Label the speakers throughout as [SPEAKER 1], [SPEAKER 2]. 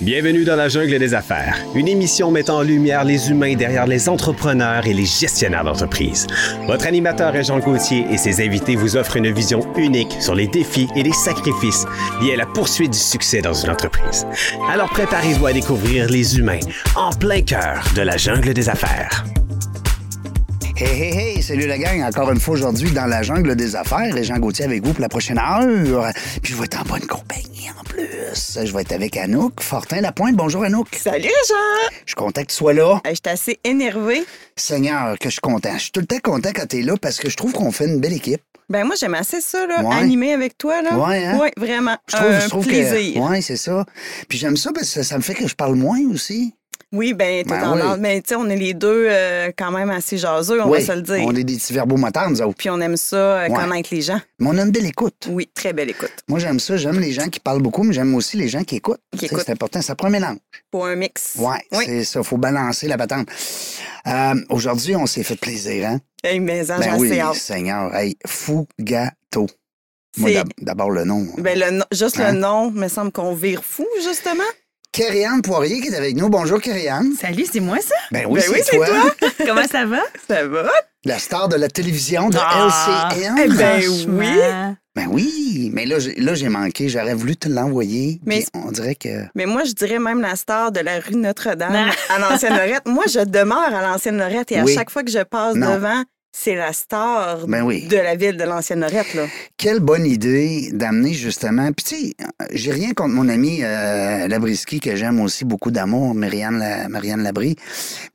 [SPEAKER 1] Bienvenue dans la jungle des affaires, une émission mettant en lumière les humains derrière les entrepreneurs et les gestionnaires d'entreprise. Votre animateur est Jean Gauthier et ses invités vous offrent une vision unique sur les défis et les sacrifices liés à la poursuite du succès dans une entreprise. Alors préparez-vous à découvrir les humains en plein cœur de la jungle des affaires.
[SPEAKER 2] Hey, hey, hey, salut la gang. Encore une fois aujourd'hui dans la jungle des affaires. Et Jean Gauthier avec vous pour la prochaine heure. Puis je vais être en bonne compagnie en plus. Je vais être avec Anouk Fortin Lapointe. Bonjour Anouk.
[SPEAKER 3] Salut Jean!
[SPEAKER 2] Je suis content que tu sois là.
[SPEAKER 3] Euh, Je suis assez énervée.
[SPEAKER 2] Seigneur, que je suis content. Je suis tout le temps content quand t'es là parce que je trouve qu'on fait une belle équipe.
[SPEAKER 3] Ben moi, j'aime assez ça, là,
[SPEAKER 2] Ouais.
[SPEAKER 3] animer avec toi. Là.
[SPEAKER 2] Ouais, hein?
[SPEAKER 3] Ouais, vraiment.
[SPEAKER 2] Je trouve,
[SPEAKER 3] un
[SPEAKER 2] je trouve
[SPEAKER 3] plaisir.
[SPEAKER 2] que. Ouais, c'est ça. Puis j'aime ça parce que ça me fait que je parle moins aussi.
[SPEAKER 3] Oui, ben, tout
[SPEAKER 2] Ben
[SPEAKER 3] en
[SPEAKER 2] oui.
[SPEAKER 3] ordre. Mais tu sais, on est les deux euh, quand même assez jaseux, on
[SPEAKER 2] Oui,
[SPEAKER 3] va se le dire.
[SPEAKER 2] On est des petits verbomotards, nous autres.
[SPEAKER 3] Puis on aime ça, euh,
[SPEAKER 2] Ouais.
[SPEAKER 3] connaître les gens.
[SPEAKER 2] Mais on a une belle écoute.
[SPEAKER 3] Oui, très belle écoute.
[SPEAKER 2] Moi, j'aime ça. J'aime les gens qui parlent beaucoup, mais j'aime aussi les gens qui écoutent. Tu sais,
[SPEAKER 3] écoutent.
[SPEAKER 2] C'est important. Ça prend un mélange.
[SPEAKER 3] Pour un mix.
[SPEAKER 2] Ouais,
[SPEAKER 3] Oui.
[SPEAKER 2] c'est ça. faut balancer la patente. Euh, Aujourd'hui, on s'est fait plaisir, hein?
[SPEAKER 3] Hey, mais Jean, Ah, j'ai
[SPEAKER 2] Ben
[SPEAKER 3] assez
[SPEAKER 2] oui,
[SPEAKER 3] hâte.
[SPEAKER 2] Seigneur. Hey, Fugato. Moi,
[SPEAKER 3] C'est-
[SPEAKER 2] d'ab- d'abord le nom.
[SPEAKER 3] Ben, le nom- juste
[SPEAKER 2] Hein?
[SPEAKER 3] le nom, me semble qu'on vire fou, justement.
[SPEAKER 2] Kériane Poirier qui est avec nous. Bonjour, Kériane.
[SPEAKER 4] Salut, c'est moi ça?
[SPEAKER 2] Ben oui,
[SPEAKER 3] Ben
[SPEAKER 2] c'est
[SPEAKER 3] oui, c'est
[SPEAKER 2] toi.
[SPEAKER 4] Comment ça va?
[SPEAKER 3] Ça va?
[SPEAKER 2] La star de la télévision de
[SPEAKER 4] Ah,
[SPEAKER 2] LCN.
[SPEAKER 3] eh ben,
[SPEAKER 4] Franchement,
[SPEAKER 3] oui.
[SPEAKER 2] Ben oui, mais là, j'ai- là, j'ai manqué. J'aurais voulu te l'envoyer.
[SPEAKER 3] Mais
[SPEAKER 2] puis on dirait que...
[SPEAKER 3] Mais moi, je dirais même la star de la rue Notre-Dame
[SPEAKER 4] Non.
[SPEAKER 3] à l'ancienne Lorette. Moi, je demeure à l'ancienne Lorette et à
[SPEAKER 2] Oui.
[SPEAKER 3] chaque fois que je passe
[SPEAKER 2] Non.
[SPEAKER 3] devant, c'est la star
[SPEAKER 2] Ben oui.
[SPEAKER 3] de la ville de l'ancienne Lorette. Là.
[SPEAKER 2] Quelle bonne idée d'amener justement. Puis tu sais, j'ai rien contre mon ami euh, Labriski, que j'aime aussi beaucoup d'amour, Marianne, La- Marianne Labrie.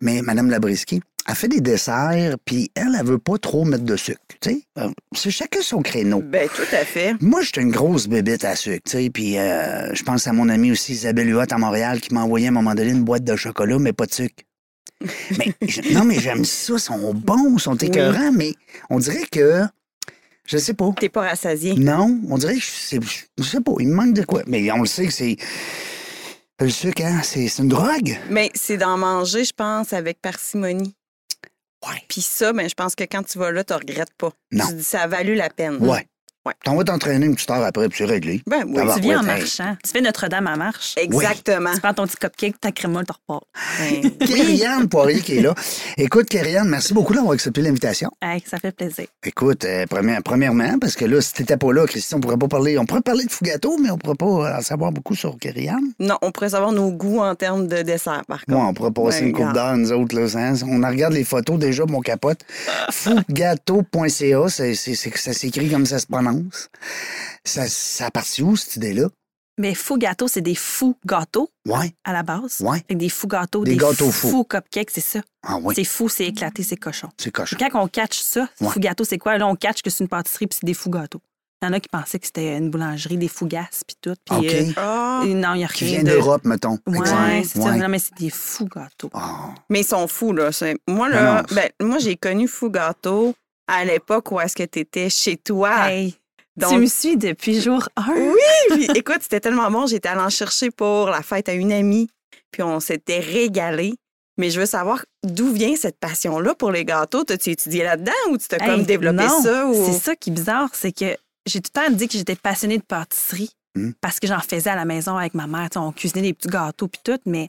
[SPEAKER 2] Mais Madame Labriski, elle fait des desserts, puis elle, elle veut pas trop mettre de sucre. Tu sais, Euh, c'est chacun son créneau.
[SPEAKER 3] Ben, tout à fait.
[SPEAKER 2] Moi, j'étais une grosse bébête à sucre, tu sais, puis euh, je pense à mon amie aussi, Isabelle Huot à Montréal, qui m'a envoyé à un moment donné une boîte de chocolat, mais pas de sucre. Mais, je- non, mais j'aime ça, ils sont bons, ils sont écœurants, mais on dirait que, je sais pas,
[SPEAKER 3] T'es pas rassasié.
[SPEAKER 2] non, on dirait que je sais, je sais pas, il me manque de quoi. Mais on le sait que c'est. Le sucre, hein, c'est c'est une drogue.
[SPEAKER 3] Mais c'est d'en manger, je pense, avec parcimonie.
[SPEAKER 2] Ouais.
[SPEAKER 3] Puis ça, ben, je pense que quand tu vas là, tu regrettes pas.
[SPEAKER 2] Non.
[SPEAKER 3] Tu dis, ça a valu la peine.
[SPEAKER 2] Ouais.
[SPEAKER 3] Ouais.
[SPEAKER 2] T'en vas t'entraîner une petite heure après, puis c'est réglé.
[SPEAKER 3] Ben oui.
[SPEAKER 2] Ça va.
[SPEAKER 4] Tu viens en
[SPEAKER 2] Ah Ouais, hey.
[SPEAKER 4] marchant. Tu fais Notre-Dame en marche.
[SPEAKER 3] Exactement.
[SPEAKER 4] Tu prends ton petit cupcake, ta crémole, tu repars.
[SPEAKER 3] Ben,
[SPEAKER 2] Kériane Poirier qui est là. Écoute, Kériane, merci beaucoup d'avoir accepté l'invitation.
[SPEAKER 4] Hey, ça fait plaisir.
[SPEAKER 2] Écoute, euh, première- premièrement, parce que là, si t'étais pas là, Christian, on pourrait pas parler. On pourrait parler de Fugato, mais on pourrait pas euh, en savoir beaucoup sur Kériane.
[SPEAKER 3] non, on pourrait savoir nos goûts en termes de dessert, par
[SPEAKER 2] Moi,
[SPEAKER 3] contre.
[SPEAKER 2] on pourrait passer
[SPEAKER 3] Ben,
[SPEAKER 2] une coupe
[SPEAKER 3] regarde.
[SPEAKER 2] d'heure, nous autres, là. hein. On en regarde les photos déjà, mon capote. Fugato.ca, c'est- c'est- c'est- ça s'écrit comme ça se prononce. Ça, ça a parti où, cette idée-là?
[SPEAKER 4] Mais fou gâteau, c'est des fous gâteaux
[SPEAKER 2] Ouais.
[SPEAKER 4] à la base.
[SPEAKER 2] Ouais.
[SPEAKER 4] Fait que des fous gâteaux,
[SPEAKER 2] Des
[SPEAKER 4] des,
[SPEAKER 2] gâteaux fous.
[SPEAKER 4] cupcakes, c'est ça.
[SPEAKER 2] Ah oui,
[SPEAKER 4] C'est fou, c'est éclaté, c'est cochon.
[SPEAKER 2] c'est cochon.
[SPEAKER 4] Quand on catch ça,
[SPEAKER 2] Ouais.
[SPEAKER 4] fou gâteau, c'est quoi? Là, on catch que c'est une pâtisserie puis c'est des fous gâteaux. Il y en a qui pensaient que c'était une boulangerie, des fougasses puis tout. Puis,
[SPEAKER 2] OK.
[SPEAKER 4] euh,
[SPEAKER 3] Ah,
[SPEAKER 4] euh, non, il y a
[SPEAKER 2] Qui
[SPEAKER 4] rien
[SPEAKER 2] vient
[SPEAKER 4] de...
[SPEAKER 2] d'Europe, mettons.
[SPEAKER 4] Ouais,
[SPEAKER 2] Exemple.
[SPEAKER 4] c'est ça.
[SPEAKER 2] Ouais.
[SPEAKER 4] Non, mais c'est des fous gâteaux.
[SPEAKER 2] Ah,
[SPEAKER 3] Mais ils sont fous, là. C'est- Moi,
[SPEAKER 2] Non,
[SPEAKER 3] là,
[SPEAKER 2] non, c'est-
[SPEAKER 3] ben, moi j'ai connu Fou Gâteau à l'époque où est-ce que tu étais chez
[SPEAKER 2] Ah.
[SPEAKER 3] toi.
[SPEAKER 4] Hey,
[SPEAKER 3] Donc,
[SPEAKER 4] tu me suis depuis jour 1.
[SPEAKER 3] Oui, puis, écoute, c'était tellement bon. J'étais allée en chercher pour la fête à une amie, puis on s'était régalé. Mais je veux savoir d'où vient cette passion-là pour les gâteaux. T'as-tu étudié là-dedans ou tu t'as
[SPEAKER 4] Hey,
[SPEAKER 3] comme développé
[SPEAKER 4] non,
[SPEAKER 3] ça? Ou...
[SPEAKER 4] C'est ça qui est bizarre, c'est que j'ai tout le temps dit que j'étais passionnée de pâtisserie
[SPEAKER 2] Hmm.
[SPEAKER 4] parce que j'en faisais à la maison avec ma mère. Tu sais, on cuisinait des petits gâteaux puis tout, mais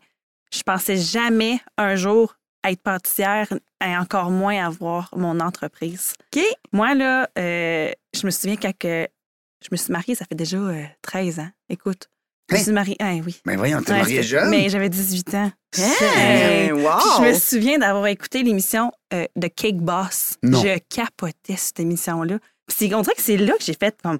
[SPEAKER 4] je pensais jamais un jour être pâtissière et encore moins avoir mon entreprise.
[SPEAKER 3] OK.
[SPEAKER 4] Moi, là, euh, je me souviens quand que je me suis mariée, ça fait déjà euh, 13 ans. Écoute, je
[SPEAKER 2] Hein?
[SPEAKER 4] me suis mariée... hein, oui.
[SPEAKER 2] Mais voyons, t'es
[SPEAKER 4] Ouais,
[SPEAKER 2] marié
[SPEAKER 4] c'était-
[SPEAKER 2] jeune.
[SPEAKER 4] Mais j'avais 18 ans.
[SPEAKER 2] Sérieux?
[SPEAKER 3] Hey,
[SPEAKER 4] Puis
[SPEAKER 3] Hein? wow!
[SPEAKER 4] je me souviens d'avoir écouté l'émission euh, de Cake Boss.
[SPEAKER 2] Non.
[SPEAKER 4] Je capotais cette émission-là. Puis c'est- on dirait que c'est là que j'ai fait comme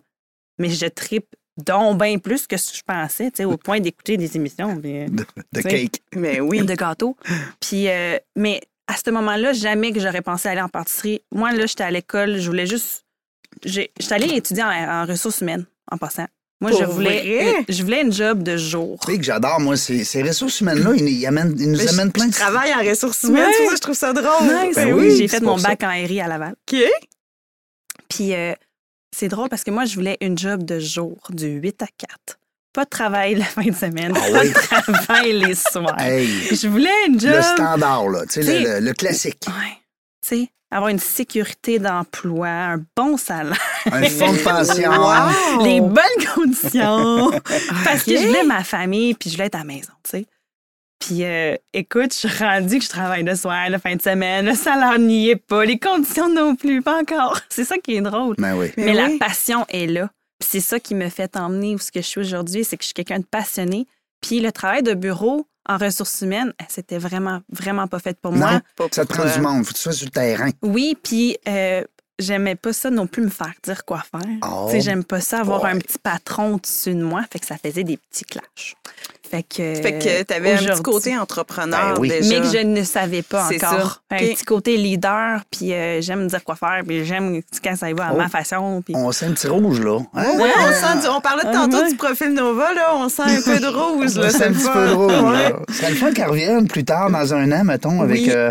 [SPEAKER 4] mais je tripe donc bien plus que ce que je pensais, tu sais, au point d'écouter des émissions mais,
[SPEAKER 2] De, de
[SPEAKER 4] Tu sais.
[SPEAKER 2] cake.
[SPEAKER 3] Mais oui.
[SPEAKER 4] de gâteaux. Puis euh, mais à ce moment-là, jamais que j'aurais pensé aller en pâtisserie. Moi là, j'étais à l'école, je voulais juste j'ai- j'étais allée étudier en, en ressources humaines en passant. Moi, je
[SPEAKER 3] Pour
[SPEAKER 4] voulais,
[SPEAKER 3] vrai?
[SPEAKER 4] une- je voulais une job de jour.
[SPEAKER 2] Tu sais que j'adore, moi, ces, ces ressources humaines-là, ils, ils amènent- ils nous
[SPEAKER 3] Mais je-
[SPEAKER 2] amènent plein de...
[SPEAKER 3] Je travaille en ressources humaines,
[SPEAKER 4] Ouais.
[SPEAKER 3] c'est pour ça que je trouve ça drôle.
[SPEAKER 4] Nice,
[SPEAKER 2] Ben
[SPEAKER 4] oui,
[SPEAKER 2] oui,
[SPEAKER 4] j'ai
[SPEAKER 2] c'est
[SPEAKER 4] fait
[SPEAKER 2] pour
[SPEAKER 4] mon
[SPEAKER 2] ça.
[SPEAKER 4] bac en RI à Laval.
[SPEAKER 3] OK.
[SPEAKER 4] Puis euh, c'est drôle parce que moi, je voulais une job de jour, du 8 à 4. Pas de travail la fin de semaine,
[SPEAKER 2] Ah
[SPEAKER 4] pas
[SPEAKER 2] oui?
[SPEAKER 4] de travail les soirs.
[SPEAKER 2] Hey,
[SPEAKER 4] Je voulais une job.
[SPEAKER 2] le standard, là. Tu sais,
[SPEAKER 4] Tu sais-
[SPEAKER 2] le, le- le classique.
[SPEAKER 4] Ouais. tu sais, avoir une sécurité d'emploi, un bon salaire,
[SPEAKER 2] Un fonds de pension.
[SPEAKER 3] Wow!
[SPEAKER 4] les bonnes conditions, parce que
[SPEAKER 3] Oh. Ok.
[SPEAKER 4] je voulais ma famille, puis je voulais être à la maison, tu sais. Puis, euh, écoute, je suis rendue que je travaille le soir, la fin de semaine, le salaire n'y est pas, les conditions non plus, pas encore. C'est ça qui est drôle.
[SPEAKER 2] Ben oui.
[SPEAKER 4] Mais,
[SPEAKER 3] Mais
[SPEAKER 4] la
[SPEAKER 3] oui.
[SPEAKER 4] passion est là. Puis c'est ça qui me fait emmener où ce que je suis aujourd'hui, c'est que je suis quelqu'un de passionné. Puis le travail de bureau en ressources humaines, eh, c'était vraiment, vraiment pas fait pour moi.
[SPEAKER 2] Non,
[SPEAKER 3] Pas
[SPEAKER 2] ça te
[SPEAKER 3] pour euh,
[SPEAKER 2] prend
[SPEAKER 3] toi.
[SPEAKER 2] du monde. Faut que tu sois sur le terrain.
[SPEAKER 4] Oui, puis euh, j'aimais pas ça non plus me faire dire quoi faire.
[SPEAKER 3] Ah,
[SPEAKER 2] Oh.
[SPEAKER 4] Tu sais, j'aime pas ça avoir
[SPEAKER 2] boy.
[SPEAKER 4] un petit patron au-dessus de moi, fait que ça faisait des petits clashs. Fait que,
[SPEAKER 3] Fait que tu avais un petit
[SPEAKER 4] Euh, aujourd'hui-
[SPEAKER 3] côté entrepreneur
[SPEAKER 2] Ben oui.
[SPEAKER 3] déjà.
[SPEAKER 4] mais que je ne savais pas
[SPEAKER 3] C'est
[SPEAKER 4] encore.
[SPEAKER 3] ça.
[SPEAKER 4] Un
[SPEAKER 3] Ok.
[SPEAKER 4] petit côté leader, puis euh, j'aime dire quoi faire, puis j'aime quand ça y va à
[SPEAKER 2] Oh.
[SPEAKER 4] ma façon. Puis...
[SPEAKER 2] On sent un petit rouge, là. Hein?
[SPEAKER 3] Ouais, on sent du- on parlait
[SPEAKER 4] Ah,
[SPEAKER 3] tantôt
[SPEAKER 4] ouais.
[SPEAKER 3] du profil Nova, là, on sent un peu de rouge. Là,
[SPEAKER 2] C'est un
[SPEAKER 3] le
[SPEAKER 2] petit
[SPEAKER 3] fun.
[SPEAKER 2] peu drôle.
[SPEAKER 3] Ouais.
[SPEAKER 2] là. Ce serait le fun qu'elle revienne plus tard, dans un an, mettons, avec,
[SPEAKER 3] Oui.
[SPEAKER 2] euh,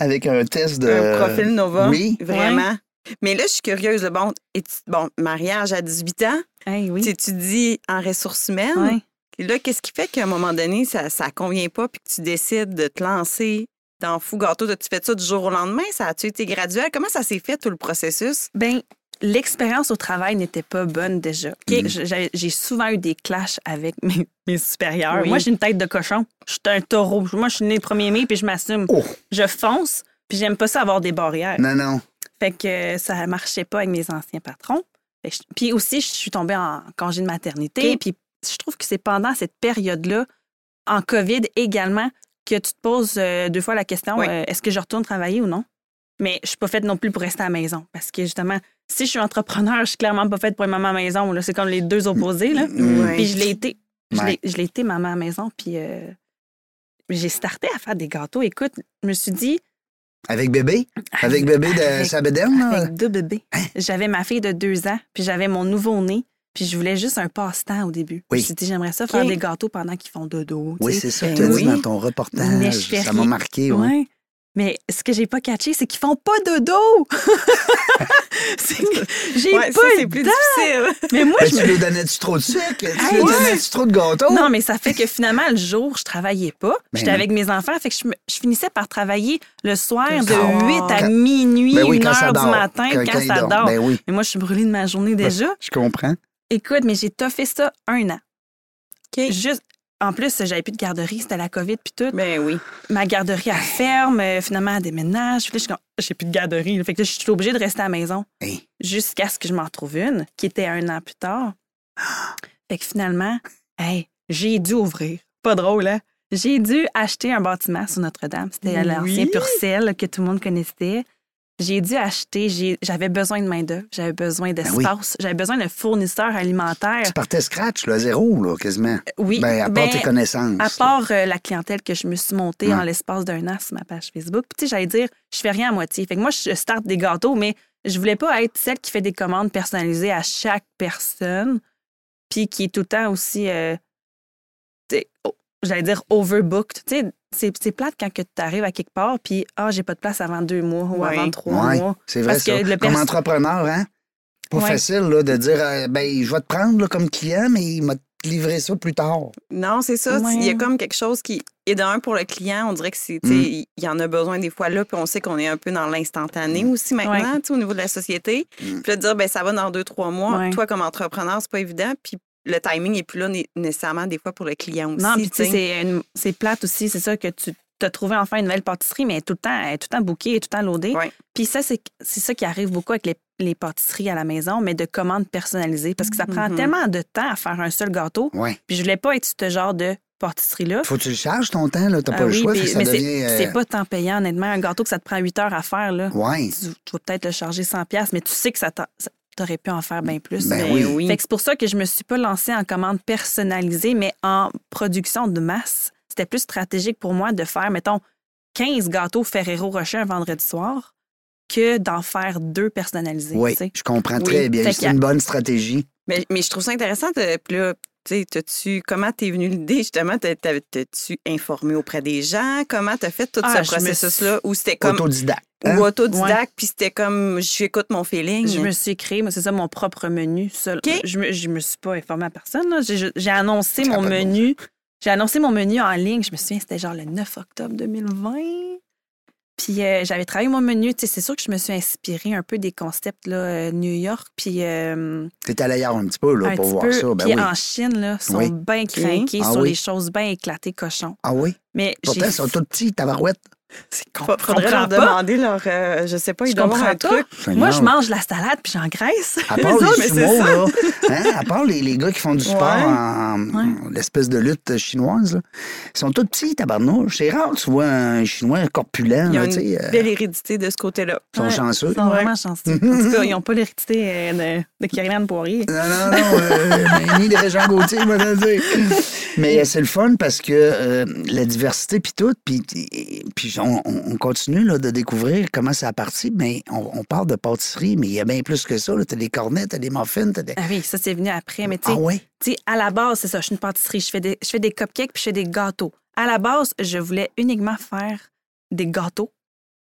[SPEAKER 2] avec un test de.
[SPEAKER 3] Un profil Nova.
[SPEAKER 2] Euh, Oui.
[SPEAKER 3] Vraiment. Mais là, je suis curieuse. là. Bon, et tu- bon, mariage à 18 ans,
[SPEAKER 4] Hey, oui.
[SPEAKER 3] tu étudies en ressources humaines.
[SPEAKER 4] Ouais.
[SPEAKER 3] Là, qu'est-ce qui fait qu'à un moment donné, ça ne convient pas puis que tu décides de te lancer dans Fou Gâteau? Tu fais ça du jour au lendemain? Ça a-tu été graduel? Comment ça s'est fait, tout le processus?
[SPEAKER 4] Ben, l'expérience au travail n'était pas bonne déjà.
[SPEAKER 2] Mhm.
[SPEAKER 4] Je- j'avais- J'ai souvent eu des clashs avec mes, mes supérieurs.
[SPEAKER 3] Oui.
[SPEAKER 4] Moi, j'ai une tête de cochon. Je suis un taureau. Moi, je suis né le 1er mai, puis je m'assume.
[SPEAKER 2] Oh.
[SPEAKER 4] Je fonce, puis j'aime pas ça avoir des barrières.
[SPEAKER 2] Non, non.
[SPEAKER 4] Fait que ça marchait pas avec mes anciens patrons. Fait que je- Puis aussi, je suis tombée en congé de maternité.
[SPEAKER 3] Ok.
[SPEAKER 4] Puis je trouve que c'est pendant cette période-là, en COVID également, que tu te poses euh, deux fois la question
[SPEAKER 3] Oui.
[SPEAKER 4] euh, est-ce que je retourne travailler ou non Mais je suis pas faite non plus pour rester à la maison. Parce que justement, si je suis entrepreneur, je suis clairement pas faite pour être maman à la maison. là. C'est comme les deux opposés. Là.
[SPEAKER 2] Mm.
[SPEAKER 3] Ouais.
[SPEAKER 4] Puis je l'ai été. Je
[SPEAKER 2] Ouais.
[SPEAKER 4] l'ai- je l'ai été maman à la maison. Puis euh, j'ai starté à faire des gâteaux. Écoute, je me suis dit
[SPEAKER 2] Avec bébé? Avec bébé de
[SPEAKER 4] Avec-
[SPEAKER 2] Sabedem, là?
[SPEAKER 4] avec deux bébés.
[SPEAKER 2] Ah.
[SPEAKER 4] J'avais ma fille de deux ans, puis j'avais mon nouveau-né, puis je voulais juste un passe-temps au début.
[SPEAKER 2] Oui.
[SPEAKER 4] Je me suis dit, j'aimerais ça faire
[SPEAKER 3] Ok.
[SPEAKER 4] des gâteaux pendant qu'ils font dodo. tu
[SPEAKER 2] Oui,
[SPEAKER 4] sais.
[SPEAKER 2] c'est ça que
[SPEAKER 3] Ben
[SPEAKER 2] tu as dit
[SPEAKER 3] oui.
[SPEAKER 2] dans ton
[SPEAKER 4] Mais
[SPEAKER 2] reportage.
[SPEAKER 4] je fais
[SPEAKER 2] Ça m'a
[SPEAKER 4] rien.
[SPEAKER 2] marqué. oui.
[SPEAKER 4] Ouais. Mais ce que j'ai pas catché, c'est qu'ils font pas dodo. C'est que j'ai
[SPEAKER 3] Ouais,
[SPEAKER 4] pas
[SPEAKER 3] ça, c'est
[SPEAKER 4] le
[SPEAKER 3] plus
[SPEAKER 4] temps.
[SPEAKER 3] difficile.
[SPEAKER 4] Mais moi,
[SPEAKER 2] Ben,
[SPEAKER 4] je me-
[SPEAKER 2] tu lui donnais-tu trop de sucre? Tu
[SPEAKER 4] Hey,
[SPEAKER 2] lui
[SPEAKER 4] ouais.
[SPEAKER 2] donnais-tu trop de gâteau?
[SPEAKER 4] Non, mais ça fait que finalement, le jour, je travaillais pas.
[SPEAKER 2] Ben
[SPEAKER 4] J'étais
[SPEAKER 2] non.
[SPEAKER 4] avec mes enfants. Fait que je, me- je finissais par travailler le soir
[SPEAKER 3] Le
[SPEAKER 4] de
[SPEAKER 3] soir.
[SPEAKER 4] 8 à
[SPEAKER 2] Ah, Quand-
[SPEAKER 4] minuit,
[SPEAKER 2] Ben oui,
[SPEAKER 4] 1
[SPEAKER 2] quand ça
[SPEAKER 4] heure du
[SPEAKER 2] dort.
[SPEAKER 4] matin, quand,
[SPEAKER 2] il
[SPEAKER 4] ça
[SPEAKER 2] dort.
[SPEAKER 4] dort.
[SPEAKER 2] Ben oui,
[SPEAKER 4] Mais moi, je suis brûlée de ma journée déjà.
[SPEAKER 2] je comprends.
[SPEAKER 4] Écoute, mais j'ai toffé ça un an.
[SPEAKER 3] OK.
[SPEAKER 4] Juste, en plus, j'avais plus de garderie, c'était la COVID puis tout.
[SPEAKER 3] Ben oui.
[SPEAKER 4] Ma garderie, elle ferme, euh, finalement, elle déménage. Puis là, je suis comme, Ah, j'ai plus de garderie. Fait que là, je suis obligée de rester à la maison
[SPEAKER 2] Hey.
[SPEAKER 4] jusqu'à ce que je m'en trouve une, qui était un an plus tard. Fait que finalement, hey, j'ai dû ouvrir. Pas drôle, hein? J'ai dû acheter un bâtiment sur Notre-Dame. C'était
[SPEAKER 3] Oui.
[SPEAKER 4] l'ancien Purcell que tout le monde connaissait. J'ai dû acheter, j'ai- j'avais besoin de main-d'œuvre, j'avais besoin d'espace,
[SPEAKER 2] Ben oui.
[SPEAKER 4] j'avais besoin de fournisseurs alimentaires.
[SPEAKER 2] Tu partais scratch, là, zéro, là, quasiment.
[SPEAKER 4] Oui,
[SPEAKER 2] Ben, à part
[SPEAKER 4] ben,
[SPEAKER 2] tes connaissances.
[SPEAKER 4] à part euh, la clientèle que je me suis montée
[SPEAKER 2] Ouais.
[SPEAKER 4] en l'espace d'un an sur ma page Facebook, Puis, tu sais, j'allais dire, je fais rien à moitié. Fait que moi, je starte des gâteaux, mais je voulais pas être celle qui fait des commandes personnalisées à chaque personne, puis qui est tout le temps aussi, euh, tu sais, oh, j'allais dire overbooked. Tu sais, c'est c'est plate quand tu arrives à quelque part, puis ah, j'ai pas de place avant deux mois ou
[SPEAKER 3] Ouais.
[SPEAKER 4] avant trois
[SPEAKER 2] Ouais,
[SPEAKER 4] mois.
[SPEAKER 2] c'est vrai
[SPEAKER 4] Parce
[SPEAKER 2] ça.
[SPEAKER 4] que le
[SPEAKER 2] Comme
[SPEAKER 4] perso-
[SPEAKER 2] entrepreneur, hein? Pas
[SPEAKER 4] Ouais.
[SPEAKER 2] facile là, de dire euh, ben je vais te prendre là, comme client, mais il m'a livré ça plus tard.
[SPEAKER 3] Non, c'est ça.
[SPEAKER 4] Ouais. Mmh.
[SPEAKER 3] Il y a comme quelque chose qui est d'un pour le client. On dirait que c'est, tu
[SPEAKER 2] Mm.
[SPEAKER 3] sais, il y en a besoin des fois là, puis on sait qu'on est un peu dans
[SPEAKER 4] Mmh.
[SPEAKER 3] l'instantané aussi maintenant, tu sais, au niveau de la société.
[SPEAKER 2] Mm.
[SPEAKER 3] Puis là, de dire, ben ça va dans deux, trois mois.
[SPEAKER 4] Ouais.
[SPEAKER 3] Toi, comme entrepreneur, c'est pas évident. Puis le timing est plus là né- nécessairement des fois pour le client aussi.
[SPEAKER 4] Non, puis tu
[SPEAKER 3] tu
[SPEAKER 4] sais, c'est une- c'est plate aussi, c'est ça que tu t'as trouvé enfin une nouvelle pâtisserie, mais elle est tout le temps, elle est tout le temps bookée, elle est tout le temps loadée.
[SPEAKER 3] Ouais.
[SPEAKER 4] Puis ça, c'est c'est ça qui arrive beaucoup avec les, les pâtisseries à la maison, mais de commandes personnalisées, parce que ça prend
[SPEAKER 3] Mhm.
[SPEAKER 4] tellement de temps à faire un seul gâteau.
[SPEAKER 2] Ouais.
[SPEAKER 4] Puis je voulais pas être ce genre de pâtisserie-là.
[SPEAKER 2] Faut que tu le charges ton temps, là, t'as
[SPEAKER 4] Ah
[SPEAKER 2] pas le
[SPEAKER 4] oui,
[SPEAKER 2] choix,
[SPEAKER 4] puis-
[SPEAKER 2] fait que ça
[SPEAKER 4] mais c'est-
[SPEAKER 2] devient. euh,
[SPEAKER 4] c'est pas tant payant, honnêtement. Un gâteau que ça te prend 8 heures à faire, là,
[SPEAKER 2] Ouais.
[SPEAKER 4] tu, tu vas peut-être le charger 100$, piastres, mais tu sais que ça t'a- ça- t'aurais pu en faire bien plus.
[SPEAKER 2] Ben
[SPEAKER 3] Ben
[SPEAKER 2] oui.
[SPEAKER 3] oui.
[SPEAKER 4] Fait que c'est pour ça que je me suis pas lancée en commande personnalisée, mais en production de masse. C'était plus stratégique pour moi de faire, mettons, 15 gâteaux Ferrero Rocher un vendredi soir que d'en faire deux personnalisés.
[SPEAKER 2] Oui,
[SPEAKER 4] tu sais.
[SPEAKER 2] je comprends
[SPEAKER 3] Oui,
[SPEAKER 2] très bien.
[SPEAKER 4] fait
[SPEAKER 2] C'est
[SPEAKER 4] qu'il y a-
[SPEAKER 2] une bonne stratégie.
[SPEAKER 3] Mais, mais je trouve ça intéressant. de- Puis là, tu sais, t'as-tu- comment t'es venue l'idée, justement? T'as- t'as- T'as-tu informé auprès des gens? Comment t'as fait tout
[SPEAKER 4] Ah,
[SPEAKER 3] ce
[SPEAKER 4] je me suis-
[SPEAKER 3] processus-là? Ou c'était comme...
[SPEAKER 2] Autodidacte. hein?
[SPEAKER 3] Ou autodidacte, puis c'était comme, j'écoute mon
[SPEAKER 2] Mm.
[SPEAKER 3] feeling.
[SPEAKER 4] Je me suis créé, moi, c'est ça, mon propre menu. seul.
[SPEAKER 3] OK.
[SPEAKER 4] Je, me, je me suis pas informée à personne. là. J'ai- J'ai annoncé
[SPEAKER 2] Ça a
[SPEAKER 4] mon
[SPEAKER 2] pas de bon
[SPEAKER 4] menu. J'ai annoncé mon menu en ligne. Je me souviens, c'était genre le 9 octobre 2020. Puis euh, j'avais travaillé mon menu. Tu sais, c'est sûr que je me suis inspirée un peu des concepts là, euh, New York, puis euh,
[SPEAKER 2] T'es allé ailleurs un petit peu là,
[SPEAKER 4] un
[SPEAKER 2] pour
[SPEAKER 4] petit
[SPEAKER 2] voir
[SPEAKER 4] peu.
[SPEAKER 2] ça. Ben
[SPEAKER 4] puis
[SPEAKER 2] oui.
[SPEAKER 4] en Chine, là, sont
[SPEAKER 2] Oui.
[SPEAKER 4] bien craqués
[SPEAKER 2] Ah
[SPEAKER 4] sur
[SPEAKER 2] oui.
[SPEAKER 4] les choses bien éclatées cochons.
[SPEAKER 2] Ah oui?
[SPEAKER 4] Mais
[SPEAKER 2] Pourtant,
[SPEAKER 4] j'ai-
[SPEAKER 2] ils sont tout petits, tabarouettes.
[SPEAKER 4] c'est qu'on
[SPEAKER 3] Fa- Faudrait
[SPEAKER 4] comprend
[SPEAKER 3] leur
[SPEAKER 4] pas.
[SPEAKER 3] demander leur. euh, je sais pas, ils
[SPEAKER 4] Je
[SPEAKER 3] doivent avoir
[SPEAKER 4] comprends
[SPEAKER 3] un truc.
[SPEAKER 4] Moi, je mange la salade puis j'engraisse.
[SPEAKER 2] Ben À part
[SPEAKER 3] autres,
[SPEAKER 2] les
[SPEAKER 3] mais c'est
[SPEAKER 2] sumos, là. Hein? À part les, les gars qui font du sport
[SPEAKER 3] Ouais.
[SPEAKER 2] en, en- l'espèce de lutte chinoise, là. Ils sont tous petits, tabarnouche. C'est rare, tu vois, un Chinois corpulent,
[SPEAKER 3] Ils ont
[SPEAKER 2] là, tu sais.
[SPEAKER 3] une
[SPEAKER 2] euh,
[SPEAKER 3] belle hérédité de ce côté-là.
[SPEAKER 2] ils sont
[SPEAKER 4] Ouais.
[SPEAKER 2] chanceux.
[SPEAKER 4] Ils sont
[SPEAKER 3] Ouais.
[SPEAKER 4] vraiment chanceux. En tout cas, ils n'ont pas l'hérédité euh, de, de Caroline Poirier.
[SPEAKER 2] Non, non, non, euh, mais ni de Régent Gauthier, moi, je veux dire. Mais euh, c'est le fun parce que euh, la diversité, puis tout, puis puis on, on- on continue là, de découvrir comment ça a parti, mais on, on parle de pâtisserie, mais il y a bien plus que ça. là. T'as des cornets, t'as des muffins, t'as des...
[SPEAKER 4] Ah oui, ça, c'est venu après. Mais tu
[SPEAKER 2] Ah
[SPEAKER 4] sais,
[SPEAKER 2] ouais?
[SPEAKER 4] Tu sais, à la base, c'est ça, je suis une pâtisserie. Je fais, des, je fais des cupcakes puis je fais des gâteaux. À la base, je voulais uniquement faire des gâteaux,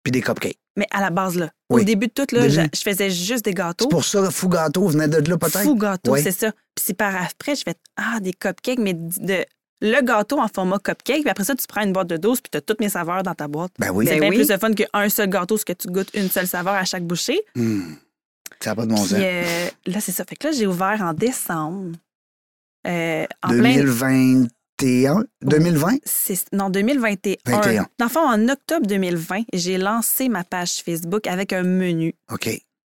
[SPEAKER 2] Puis des cupcakes.
[SPEAKER 4] mais à la base, là.
[SPEAKER 2] Oui.
[SPEAKER 4] Au début de tout, là,
[SPEAKER 2] Début.
[SPEAKER 4] je, je faisais juste des gâteaux.
[SPEAKER 2] C'est pour ça que Fou Gâteau venait de là, peut-être?
[SPEAKER 4] Fou gâteau,
[SPEAKER 2] Oui.
[SPEAKER 4] c'est ça. Puis c'est par après, je fais Ah, des cupcakes, mais d- de, le gâteau en format cupcake. Puis après ça, tu prends une boîte de 12 puis tu as toutes mes saveurs dans ta boîte.
[SPEAKER 2] Ben oui.
[SPEAKER 4] c'est
[SPEAKER 3] Ben
[SPEAKER 4] bien
[SPEAKER 3] oui.
[SPEAKER 4] plus de fun qu'un seul gâteau, ce que tu goûtes une seule saveur à chaque bouchée.
[SPEAKER 2] Hmm. Ça n'a pas de bon
[SPEAKER 4] Puis
[SPEAKER 2] sens.
[SPEAKER 4] euh, là, c'est ça. Fait que là, j'ai ouvert en décembre. Euh, en plein Oh.
[SPEAKER 2] 2021? 2020?
[SPEAKER 4] c'est- non, 2021.
[SPEAKER 2] 21.
[SPEAKER 4] Dans le fond, en octobre 2020, j'ai lancé ma page Facebook avec un menu.
[SPEAKER 2] OK.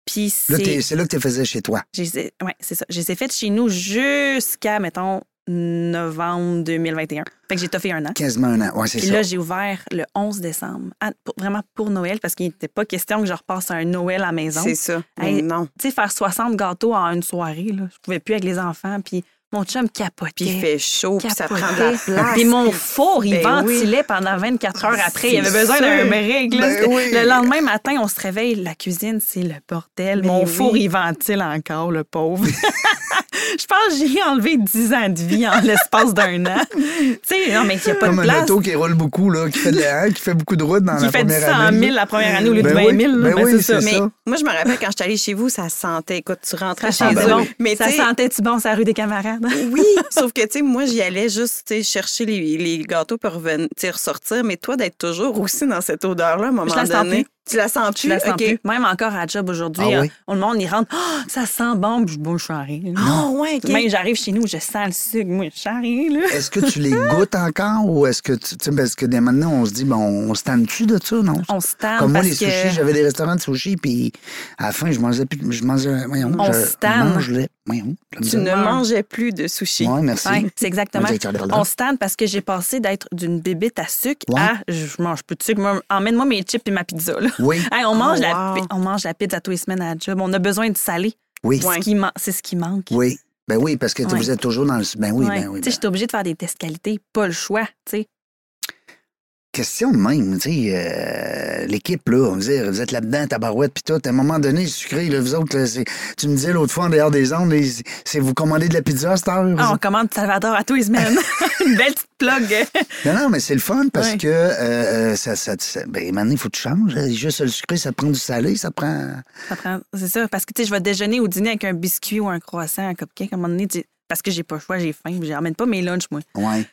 [SPEAKER 4] Puis
[SPEAKER 2] Là, t'es-
[SPEAKER 4] c'est.
[SPEAKER 2] c'est là que tu faisais chez toi.
[SPEAKER 4] je les ai- Ouais, c'est ça. Je les ai faites chez nous jusqu'à, mettons, novembre 2021. Fait que j'ai toffé un an.
[SPEAKER 2] Quasiment un an. Oui, c'est
[SPEAKER 4] Puis
[SPEAKER 2] ça.
[SPEAKER 4] là, j'ai ouvert le 11 décembre, à- pour- vraiment pour Noël, parce qu'il n'était pas question que je repasse un Noël à la maison.
[SPEAKER 3] C'est ça.
[SPEAKER 4] Hey,
[SPEAKER 3] Mais non.
[SPEAKER 4] Tu sais, faire 60 gâteaux en une soirée, là, je pouvais plus avec les enfants. Puis mon chum capotait.
[SPEAKER 3] Puis il fait chaud, puis ça
[SPEAKER 4] capotait.
[SPEAKER 3] prend de la place.
[SPEAKER 4] Puis mon four, il
[SPEAKER 3] Ben
[SPEAKER 4] ventilait pendant 24 heures
[SPEAKER 3] Ah,
[SPEAKER 4] après. Il y avait
[SPEAKER 3] c'est
[SPEAKER 4] besoin
[SPEAKER 3] sûr.
[SPEAKER 4] d'un break. là.
[SPEAKER 2] Ben
[SPEAKER 4] C'était-
[SPEAKER 2] oui.
[SPEAKER 4] Le lendemain matin, on se réveille, la cuisine, c'est le bordel.
[SPEAKER 3] Ben
[SPEAKER 4] mon
[SPEAKER 3] oui.
[SPEAKER 4] four, il ventile encore, le pauvre. Je pense que j'ai enlevé 10 ans de vie en l'espace d'un an. Tu sais, non, mais il n'y a pas
[SPEAKER 2] Comme
[SPEAKER 4] de
[SPEAKER 2] un
[SPEAKER 4] place.
[SPEAKER 2] auto qui roule beaucoup, là, qui fait de l'air, qui fait beaucoup de route dans
[SPEAKER 4] Qui
[SPEAKER 2] la
[SPEAKER 4] fait
[SPEAKER 2] première
[SPEAKER 4] 100
[SPEAKER 2] année.
[SPEAKER 4] 000 la première année au lieu de
[SPEAKER 2] Ben
[SPEAKER 4] 20 000.
[SPEAKER 2] oui,
[SPEAKER 4] là,
[SPEAKER 2] ben
[SPEAKER 4] ben
[SPEAKER 2] oui,
[SPEAKER 4] c'est ça.
[SPEAKER 2] c'est
[SPEAKER 4] Mais
[SPEAKER 2] ça.
[SPEAKER 3] Moi, je me rappelle quand j'étais allée chez vous, ça sentait. Écoute, tu rentrais
[SPEAKER 4] ça
[SPEAKER 3] chez
[SPEAKER 4] sentait
[SPEAKER 2] ben
[SPEAKER 3] eux.
[SPEAKER 4] bon.
[SPEAKER 3] Ah, Mais
[SPEAKER 4] ça
[SPEAKER 3] tu sais,
[SPEAKER 4] sentait-tu bon, sa rue des camarades?
[SPEAKER 3] Oui, sauf que, tu sais, moi, j'y allais juste tu sais, chercher les, les gâteaux pour reven- tu sais, ressortir, mais toi, d'être toujours aussi dans cette odeur-là, à un moment
[SPEAKER 4] la sens
[SPEAKER 3] donné.
[SPEAKER 4] plus.
[SPEAKER 3] Tu la sens plus?
[SPEAKER 4] Je la sens
[SPEAKER 3] OK.
[SPEAKER 4] plus. Même encore à job aujourd'hui,
[SPEAKER 2] Ah
[SPEAKER 4] hein,
[SPEAKER 2] oui?
[SPEAKER 4] on- le monde, il rentre. Ah, ça sent bon, Puis je- bon, je suis en rire.
[SPEAKER 3] Ah, ouais, OK.
[SPEAKER 4] Même j'arrive chez nous, je sens le sucre, moi, je suis en rire, là.
[SPEAKER 2] Est-ce que tu les goûtes encore ou est-ce que tu. tu sais, parce que dès maintenant, on se dit, bon, on se tente-tu de ça, non?
[SPEAKER 4] On se tente
[SPEAKER 2] Comme moi,
[SPEAKER 4] parce
[SPEAKER 2] les sushis,
[SPEAKER 4] que.
[SPEAKER 2] j'avais des restaurants de sushis, puis à la fin, je mangeais plus. Je mangeais. Voyons,
[SPEAKER 4] On
[SPEAKER 2] je
[SPEAKER 4] se tanne.
[SPEAKER 2] mangeais- Voyons, la
[SPEAKER 3] Tu
[SPEAKER 2] misère.
[SPEAKER 3] ne
[SPEAKER 4] Ouais.
[SPEAKER 3] mangeais plus de sushi.
[SPEAKER 2] Ouais, merci.
[SPEAKER 4] Ouais, c'est exactement.
[SPEAKER 2] Moi, j'ai le cœur
[SPEAKER 4] On se tente parce que j'ai passé d'être d'une bébite à sucre
[SPEAKER 2] Ouais.
[SPEAKER 4] à je mange plus de sucre. Moi, emmène-moi mes chips et ma pizza. là.
[SPEAKER 2] Oui,
[SPEAKER 4] Hey, on, mange
[SPEAKER 3] Oh,
[SPEAKER 4] la,
[SPEAKER 3] wow.
[SPEAKER 4] pi- on mange la pizza tous les semaines à la job. On a besoin de salé.
[SPEAKER 2] oui,
[SPEAKER 3] Ouais.
[SPEAKER 4] Ce qui man- C'est ce qui manque.
[SPEAKER 2] oui. Ben oui, parce que tu-
[SPEAKER 4] Ouais.
[SPEAKER 2] vous êtes toujours dans le. Ben oui,
[SPEAKER 4] Ouais.
[SPEAKER 2] ben oui.
[SPEAKER 4] Tu sais,
[SPEAKER 2] ben-
[SPEAKER 4] j'étais obligée de faire des tests qualité, pas le choix. tu sais.
[SPEAKER 2] question de même, tu sais, euh, l'équipe, là, on va dire, vous êtes là-dedans, tabarouette, puis tout, à un moment donné, sucré, là, vous autres, là, c'est- tu me disais l'autre fois, en dehors des ondes, les- c'est vous commandez de la pizza à cette heure?
[SPEAKER 4] Ah, on commande Salvador à tous les semaines. Une belle petite plug.
[SPEAKER 2] Non, non, mais c'est le fun, parce
[SPEAKER 4] Ouais.
[SPEAKER 2] que, euh, euh, ça, ça, ça- ben, maintenant, il faut que tu changes, là. juste le sucré, ça te prend du salé, ça te prend...
[SPEAKER 4] Ça prend- C'est ça, parce que tu sais, je vais déjeuner ou dîner avec un biscuit ou un croissant, un cupcake. À un moment donné, tu- parce que j'ai pas le choix, j'ai faim, puis j'emmène pas mes lunchs, moi.
[SPEAKER 2] Ouais.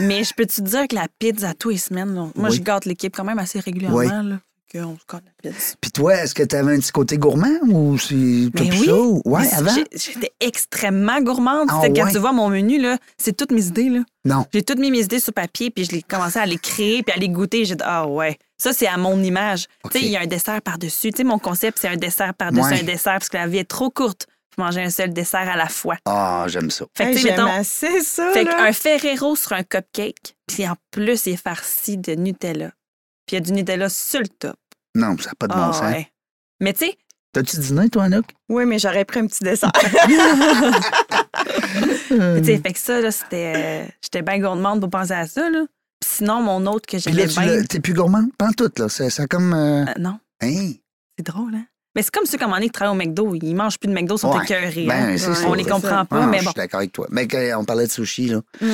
[SPEAKER 4] Mais je peux te dire que la pizza tous les semaines, là, moi,
[SPEAKER 2] Oui.
[SPEAKER 4] je garde l'équipe quand même assez régulièrement.
[SPEAKER 2] Oui.
[SPEAKER 4] Là, fait qu'on se garde la pizza.
[SPEAKER 2] Puis toi, est-ce que t'avais un petit côté gourmand, ou c'est tout
[SPEAKER 4] Mais Ben oui.
[SPEAKER 2] ça? ou- Ouais,
[SPEAKER 4] Mais
[SPEAKER 2] avant?
[SPEAKER 4] j'ai- J'étais extrêmement gourmande.
[SPEAKER 2] Ah
[SPEAKER 4] Fait que Quand
[SPEAKER 2] ouais.
[SPEAKER 4] tu vois mon menu, là, c'est toutes mes idées. là.
[SPEAKER 2] Non.
[SPEAKER 4] J'ai toutes mis mes idées sur papier, puis je les commencé à les créer, puis à les goûter. J'ai dit, ah ouais, ça, c'est à mon image.
[SPEAKER 2] Ok.
[SPEAKER 4] Tu sais, il y a un dessert par-dessus. Tu sais, mon concept, c'est un dessert par-dessus
[SPEAKER 2] Ouais.
[SPEAKER 4] un dessert, parce que la vie est trop courte pour manger un seul dessert à la fois.
[SPEAKER 2] Ah, j'aime ça.
[SPEAKER 4] Fait que, tu sais,
[SPEAKER 3] j'aime
[SPEAKER 4] mettons,
[SPEAKER 3] assez ça,
[SPEAKER 4] Fait
[SPEAKER 3] là.
[SPEAKER 4] qu'un Ferrero sur un cupcake, puis en plus, il est farci de Nutella. Puis il y a du Nutella sur le top.
[SPEAKER 2] Non, ça n'a pas de bon
[SPEAKER 4] Ah,
[SPEAKER 2] sens.
[SPEAKER 4] ouais. Mais tu sais,
[SPEAKER 2] T'as-tu dîné, toi, Anouk?
[SPEAKER 3] Oui, mais j'aurais pris un petit dessert.
[SPEAKER 2] Hmm.
[SPEAKER 4] tu sais, fait que ça, là, c'était. euh, J'étais bien gourmande pour penser à ça, là. Puis sinon, mon autre que
[SPEAKER 2] Puis là,
[SPEAKER 4] j'aimais
[SPEAKER 2] tu
[SPEAKER 4] bien.
[SPEAKER 2] l'as- t'es plus gourmand? Pas en tout, là. Ça, ça comme... euh,
[SPEAKER 4] Euh, non,
[SPEAKER 2] hein?
[SPEAKER 4] c'est drôle, hein? Mais c'est comme ceux, comme on est qui travaillent au McDo. Ils mangent plus de McDo, ils sont
[SPEAKER 2] Ouais.
[SPEAKER 4] écœurés. hein.
[SPEAKER 2] Ben, c'est
[SPEAKER 3] Ouais.
[SPEAKER 2] ça.
[SPEAKER 4] On les
[SPEAKER 2] Ouais.
[SPEAKER 4] comprend pas,
[SPEAKER 2] Ah,
[SPEAKER 4] mais
[SPEAKER 2] Je
[SPEAKER 4] bon.
[SPEAKER 2] suis d'accord avec toi. Mais quand on parlait de sushi, là.
[SPEAKER 4] Hum,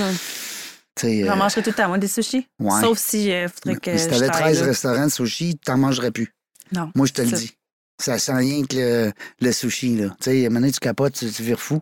[SPEAKER 2] Tu sais,
[SPEAKER 4] J'en
[SPEAKER 2] euh,
[SPEAKER 4] mangerais tout le temps, moi, des sushis.
[SPEAKER 2] ouais.
[SPEAKER 4] Sauf si euh, faudrait que.
[SPEAKER 2] mais si
[SPEAKER 4] je
[SPEAKER 2] t'avais
[SPEAKER 4] travaille
[SPEAKER 2] 13
[SPEAKER 4] là.
[SPEAKER 2] restaurants de sushi, t'en mangerais plus.
[SPEAKER 4] Non.
[SPEAKER 2] Moi, je te le
[SPEAKER 4] Ça.
[SPEAKER 2] dis. Ça sent rien que le, le sushi, là. Tu sais, à un moment donné, tu capotes, tu, tu vires fou.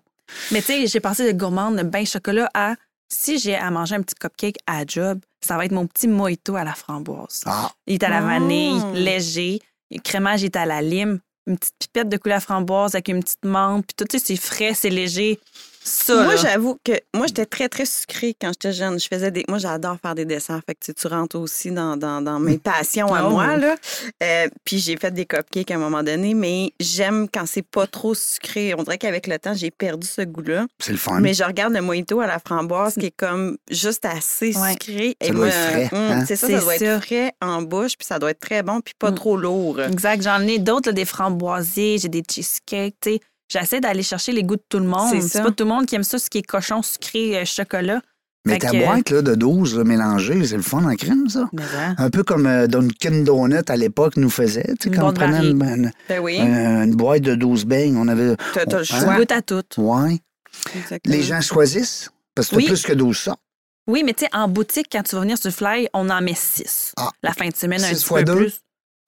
[SPEAKER 4] Mais tu sais, j'ai passé de gourmande, de bain chocolat à si j'ai à manger un petit cupcake à job, ça va être mon petit mojito à la framboise.
[SPEAKER 2] Ah,
[SPEAKER 4] Il est à la
[SPEAKER 3] Ah.
[SPEAKER 4] vanille, léger. Le crémage est à la lime. Une petite pipette de couleur framboise avec une petite menthe. Puis tout, tu sais, c'est frais, c'est léger. Ça,
[SPEAKER 3] Moi,
[SPEAKER 4] là,
[SPEAKER 3] j'avoue que moi, j'étais très, très sucrée quand j'étais jeune. Je faisais des. Moi, j'adore faire des desserts. Fait que tu, sais, tu rentres aussi dans, dans, dans mes passions à
[SPEAKER 4] Oh.
[SPEAKER 3] moi, là. Euh, puis j'ai fait des cupcakes à un moment donné, mais j'aime quand c'est pas trop sucré. On dirait qu'avec le temps, j'ai perdu ce goût-là.
[SPEAKER 2] c'est le fun.
[SPEAKER 3] Mais je regarde le mojito à la framboise qui est comme juste assez
[SPEAKER 4] Ouais.
[SPEAKER 3] sucré.
[SPEAKER 2] Ça doit
[SPEAKER 3] me-
[SPEAKER 2] être frais,
[SPEAKER 3] Hum,
[SPEAKER 2] hein?
[SPEAKER 3] C'est ça,
[SPEAKER 4] C'est
[SPEAKER 3] ça doit
[SPEAKER 4] ça.
[SPEAKER 3] être frais en bouche, puis ça doit être très bon, puis pas
[SPEAKER 4] Mm.
[SPEAKER 3] trop lourd.
[SPEAKER 4] Exact. J'en ai d'autres, là, des framboisiers, j'ai des cheesecakes, tu sais. J'essaie d'aller chercher les goûts de tout le monde.
[SPEAKER 3] C'est
[SPEAKER 4] C'est
[SPEAKER 3] ça.
[SPEAKER 4] pas tout le monde qui aime ça, ce qui est cochon, sucré, euh, chocolat.
[SPEAKER 2] Mais
[SPEAKER 4] Fait
[SPEAKER 2] ta
[SPEAKER 4] que-
[SPEAKER 2] boîte là, de 12 là, mélangée, c'est le fun en crème, ça.
[SPEAKER 4] Mais hein,
[SPEAKER 2] Un peu comme euh, Dunkin' Donut à l'époque nous faisait. tu sais,
[SPEAKER 4] Une
[SPEAKER 2] quand on
[SPEAKER 4] bonne
[SPEAKER 2] prenait une, une-
[SPEAKER 3] Ben oui,
[SPEAKER 2] euh, une boîte de 12 beignes, on avait.
[SPEAKER 3] t'as t'as le
[SPEAKER 2] Hein?
[SPEAKER 4] tu
[SPEAKER 3] choix.
[SPEAKER 4] goûtes à tout.
[SPEAKER 2] Ouais.
[SPEAKER 3] Exactement.
[SPEAKER 2] Les gens choisissent parce que t'as
[SPEAKER 4] Mmh. Oui.
[SPEAKER 2] plus que 12 sortes.
[SPEAKER 4] Oui, mais tu sais, en boutique, quand tu vas venir sur Fly, on en met six.
[SPEAKER 2] Ah.
[SPEAKER 4] La fin de semaine, un
[SPEAKER 2] Six
[SPEAKER 4] petit
[SPEAKER 2] fois
[SPEAKER 4] peu
[SPEAKER 2] deux?
[SPEAKER 4] plus.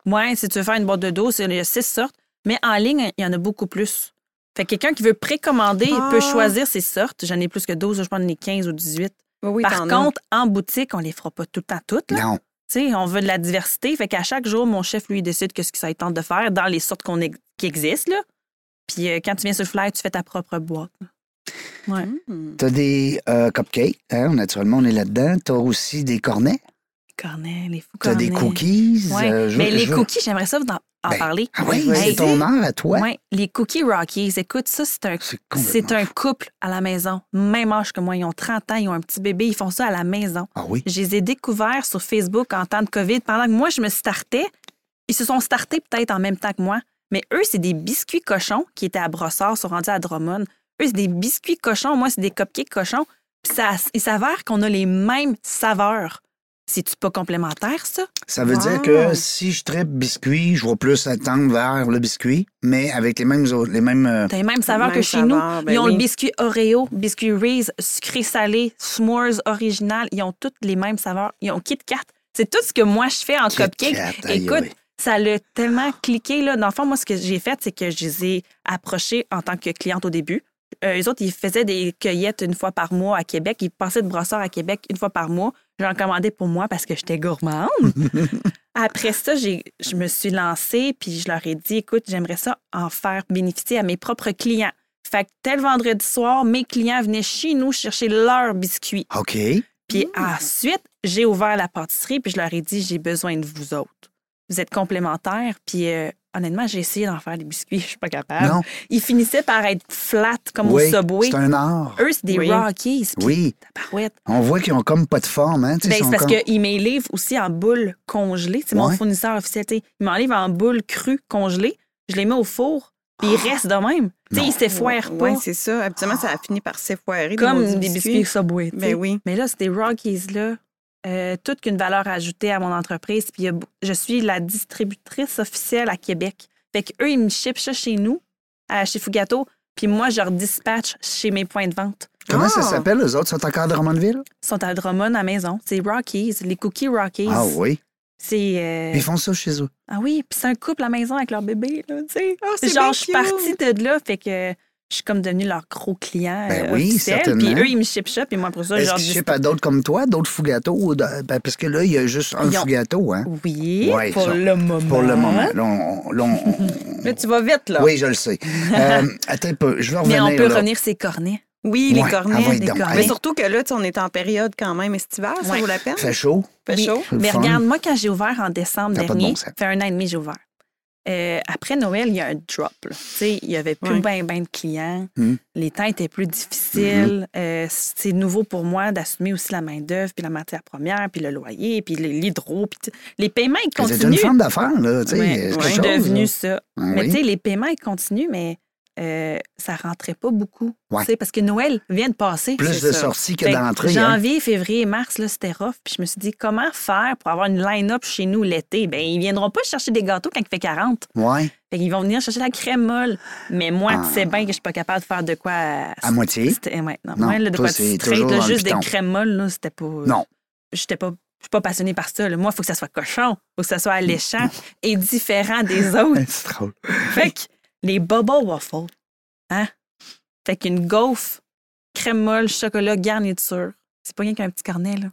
[SPEAKER 4] Oui, si tu veux faire une boîte de dos, c'est- il y a six sortes. Mais en ligne, il y en a beaucoup plus. Fait que quelqu'un qui veut précommander
[SPEAKER 3] Ah.
[SPEAKER 4] peut choisir ses sortes. J'en ai plus que 12, je pense j'en ai 15 ou 18.
[SPEAKER 3] Oui, oui,
[SPEAKER 4] Par
[SPEAKER 3] t'en as.
[SPEAKER 4] contre, en boutique, on les fera pas tout le temps toutes. là.
[SPEAKER 2] Non.
[SPEAKER 4] Tu sais, on veut de la diversité. Fait qu'à chaque jour, mon chef, lui, il décide que ce que ça lui tente de faire dans les sortes qu'on ex- qui existent. Là. Puis euh, quand tu viens sur le fly, tu fais ta propre boîte. Ouais.
[SPEAKER 3] Hum.
[SPEAKER 2] T'as des euh, cupcakes, hein, naturellement, on est là-dedans. T'as aussi des cornets.
[SPEAKER 4] Cornet, les fous
[SPEAKER 2] T'as des
[SPEAKER 4] cornets.
[SPEAKER 2] cookies.
[SPEAKER 4] Ouais.
[SPEAKER 2] euh, je-
[SPEAKER 4] mais les
[SPEAKER 2] je veux-
[SPEAKER 4] cookies, j'aimerais ça vous en, en
[SPEAKER 2] Ben,
[SPEAKER 4] parler.
[SPEAKER 2] Ah oui,
[SPEAKER 3] Vas-y.
[SPEAKER 2] c'est ton heure à toi.
[SPEAKER 4] Ouais, les cookies Rockies. Écoute, ça, c'est un,
[SPEAKER 2] C'est
[SPEAKER 4] c'est
[SPEAKER 2] complètement.
[SPEAKER 4] un couple à la maison. Même âge que moi. Ils ont 30 ans, ils ont un petit bébé, ils font ça à la maison.
[SPEAKER 2] Ah oui.
[SPEAKER 4] Je les ai découverts sur Facebook en temps de COVID. Pendant que moi, je me startais, ils se sont startés peut-être en même temps que moi. Mais eux, c'est des biscuits cochons qui étaient à Brossard, sont rendus à Drummond. Eux, c'est des biscuits cochons. Moi, c'est des cupcakes cochons. Puis ça, il s'avère qu'on a les mêmes saveurs. C'est-tu pas complémentaire, ça?
[SPEAKER 2] Ça veut
[SPEAKER 3] Wow.
[SPEAKER 2] dire que si je traite biscuit, je vais plus attendre vers le biscuit, mais avec les mêmes autres, les mêmes. euh,
[SPEAKER 4] T'as les mêmes saveurs
[SPEAKER 3] Même
[SPEAKER 4] que chez nous.
[SPEAKER 3] saveur, ben
[SPEAKER 4] ils ont
[SPEAKER 3] oui.
[SPEAKER 4] le biscuit Oreo, biscuit Reese, sucré salé, s'mores original. Ils ont toutes les mêmes saveurs. Ils ont Kit Kat. C'est tout ce que moi je fais en
[SPEAKER 2] Kit
[SPEAKER 4] cupcake.
[SPEAKER 2] Kat, aïe,
[SPEAKER 4] Écoute,
[SPEAKER 2] aïe.
[SPEAKER 4] ça l'a tellement cliqué. Là. Dans le fond, moi, ce que j'ai fait, c'est que je les ai approchés en tant que cliente au début. Euh, eux autres, ils faisaient des cueillettes une fois par mois à Québec. Ils passaient de brossard à Québec une fois par mois. J'en commandais pour moi parce que j'étais gourmande. Après ça, j'ai- je me suis lancée, puis je leur ai dit, écoute, j'aimerais ça en faire bénéficier à mes propres clients. Fait que tel vendredi soir, mes clients venaient chez nous chercher leurs biscuits.
[SPEAKER 2] OK.
[SPEAKER 4] Puis
[SPEAKER 2] Mmh.
[SPEAKER 4] ensuite, j'ai ouvert la pâtisserie, puis je leur ai dit, j'ai besoin de vous autres. Vous êtes complémentaires, puis euh, honnêtement, j'ai essayé d'en faire des biscuits, je suis pas capable.
[SPEAKER 2] Non.
[SPEAKER 4] Ils finissaient par être flat comme
[SPEAKER 2] oui,
[SPEAKER 4] au Subway.
[SPEAKER 2] c'est un art.
[SPEAKER 4] Eux, c'est des
[SPEAKER 3] Oui.
[SPEAKER 4] Rockies, puis
[SPEAKER 2] Oui,
[SPEAKER 4] tabarouette.
[SPEAKER 2] on voit qu'ils ont comme pas de forme, hein. tu sais,
[SPEAKER 4] Ben,
[SPEAKER 2] ils sont
[SPEAKER 4] c'est parce
[SPEAKER 2] comme-
[SPEAKER 4] qu'ils me livrent aussi en boules congelées. C'est mon
[SPEAKER 2] Ouais.
[SPEAKER 4] fournisseur officiel. tu sais. Ils m'en livrent en boules crues congelées. Je les mets au four. Puis ils restent de même. Tu sais,
[SPEAKER 2] Ah! Non.
[SPEAKER 4] ils s'effoirent
[SPEAKER 3] Ouais,
[SPEAKER 4] pas. Ah.
[SPEAKER 3] ouais, c'est ça. Habituellement, ça a fini par s'effoirer. des
[SPEAKER 4] comme
[SPEAKER 3] maudits
[SPEAKER 4] des biscuits Subway. tu sais.
[SPEAKER 3] Ben oui.
[SPEAKER 4] Mais là, c'est des Rockies, là. Euh, toute qu'une valeur ajoutée à mon entreprise. Puis il y a beau- je suis la distributrice officielle à Québec. Fait qu'eux, ils me chipent ça chez nous, à, chez Fugato. Puis moi, je leur dispatche chez mes points de vente.
[SPEAKER 2] Comment ça
[SPEAKER 3] Ah!
[SPEAKER 2] s'appelle, eux autres? Sont encore de Drummondville?
[SPEAKER 4] Ils sont à Drummond, à la maison. C'est Rockies, les cookies Rockies.
[SPEAKER 2] Ah oui.
[SPEAKER 4] C'est. euh,
[SPEAKER 2] Ils font ça chez eux.
[SPEAKER 4] Ah oui, puis c'est un couple à la maison avec leur bébé, là, tu sais.
[SPEAKER 2] Ah,
[SPEAKER 3] Oh, c'est bien
[SPEAKER 4] Genre, je suis
[SPEAKER 3] cute.
[SPEAKER 4] partie de là, fait que je suis comme devenue leur gros client
[SPEAKER 2] Ben
[SPEAKER 4] euh,
[SPEAKER 2] oui,
[SPEAKER 4] officiel. Puis
[SPEAKER 2] certainement.
[SPEAKER 4] eux, ils me chip shop, et moi, pour ça, je
[SPEAKER 2] Est-ce
[SPEAKER 4] leur
[SPEAKER 2] qu'ils
[SPEAKER 4] dis...
[SPEAKER 2] chipent à d'autres comme toi, d'autres fougato? ou de- ben, parce que là, il y a juste un
[SPEAKER 4] Ils ont- Ben, hein?
[SPEAKER 2] fougato, hein?
[SPEAKER 4] Oui,
[SPEAKER 2] Ouais,
[SPEAKER 4] pour
[SPEAKER 2] ça,
[SPEAKER 4] le moment.
[SPEAKER 2] Pour le moment. Là, on- là, on-
[SPEAKER 3] Mais tu vas vite, là.
[SPEAKER 2] oui, je le sais. Euh, attends un peu, je vais
[SPEAKER 4] Mais
[SPEAKER 2] revenir.
[SPEAKER 4] on peut
[SPEAKER 2] là.
[SPEAKER 4] revenir ses cornets.
[SPEAKER 3] Oui, les
[SPEAKER 2] Ouais,
[SPEAKER 3] cornets.
[SPEAKER 2] ah oui,
[SPEAKER 3] les
[SPEAKER 2] donc,
[SPEAKER 3] cornets.
[SPEAKER 2] allez.
[SPEAKER 3] Mais surtout que là, tu sais, on est en période quand même estivale, ça
[SPEAKER 4] Ouais.
[SPEAKER 3] vaut la peine.
[SPEAKER 2] Fait chaud.
[SPEAKER 3] Fait
[SPEAKER 4] Oui.
[SPEAKER 3] chaud.
[SPEAKER 2] C'est le
[SPEAKER 4] Mais
[SPEAKER 2] fun.
[SPEAKER 4] regarde, moi, quand j'ai ouvert en décembre
[SPEAKER 2] Ça a pas de
[SPEAKER 4] dernier,
[SPEAKER 2] bon sens.
[SPEAKER 4] ça fait un an et demi, j'ai ouvert. Euh, après Noël, il y a un drop. là. Tu sais, il n'y avait plus
[SPEAKER 3] Ouais.
[SPEAKER 4] ben, ben de clients.
[SPEAKER 2] Mhm.
[SPEAKER 4] Les temps étaient plus difficiles.
[SPEAKER 2] Hmm.
[SPEAKER 4] Euh, c'est nouveau pour moi d'assumer aussi la main-d'œuvre, puis la matière première, puis le loyer, puis les- l'hydro. puis tout. Les paiements, ils
[SPEAKER 2] C'est une
[SPEAKER 4] continuent.
[SPEAKER 2] femme d'affaires, là. tu sais,
[SPEAKER 4] Ouais,
[SPEAKER 2] c'est
[SPEAKER 4] ouais.
[SPEAKER 2] quelque
[SPEAKER 4] Je suis
[SPEAKER 2] chose, là.
[SPEAKER 4] devenue ça.
[SPEAKER 2] Ah
[SPEAKER 4] Mais
[SPEAKER 2] oui.
[SPEAKER 4] tu sais, les paiements, ils continuent, mais euh, ça rentrait pas beaucoup.
[SPEAKER 2] Ouais.
[SPEAKER 4] Tu sais, Parce que Noël vient de passer.
[SPEAKER 2] Plus
[SPEAKER 3] c'est
[SPEAKER 2] de
[SPEAKER 3] ça.
[SPEAKER 2] sorties que
[SPEAKER 4] Fait que
[SPEAKER 2] d'entrées. hein.
[SPEAKER 4] janvier, février, mars, là, c'était rough. Puis je me suis dit, comment faire pour avoir une line-up chez nous l'été? Ben, ils viendront pas chercher des gâteaux quand il fait 40.
[SPEAKER 2] Ouais,
[SPEAKER 4] Fait qu'ils vont venir chercher la crème molle. Mais moi,
[SPEAKER 2] Ah.
[SPEAKER 4] tu sais bien que je suis pas capable de faire de quoi...
[SPEAKER 2] à moitié.
[SPEAKER 4] C'était- ouais, non,
[SPEAKER 2] Non,
[SPEAKER 4] moi, là, de
[SPEAKER 2] toi,
[SPEAKER 4] quoi
[SPEAKER 2] c'est
[SPEAKER 4] straight,
[SPEAKER 2] toujours
[SPEAKER 4] là,
[SPEAKER 2] dans le
[SPEAKER 4] juste des
[SPEAKER 2] piton.
[SPEAKER 4] crèmes molles, là, c'était pas...
[SPEAKER 2] Non.
[SPEAKER 4] J'étais pas... Je suis pas passionnée par ça. là. Moi, il faut que ça soit cochon, faut que ça
[SPEAKER 2] Mm.
[SPEAKER 4] soit alléchant et différent des autres.
[SPEAKER 2] C'est drôle.
[SPEAKER 4] Fait que les bubble waffles, hein? Fait qu'une gaufre, crème molle, chocolat, garniture. C'est pas rien qu'un petit carnet, là.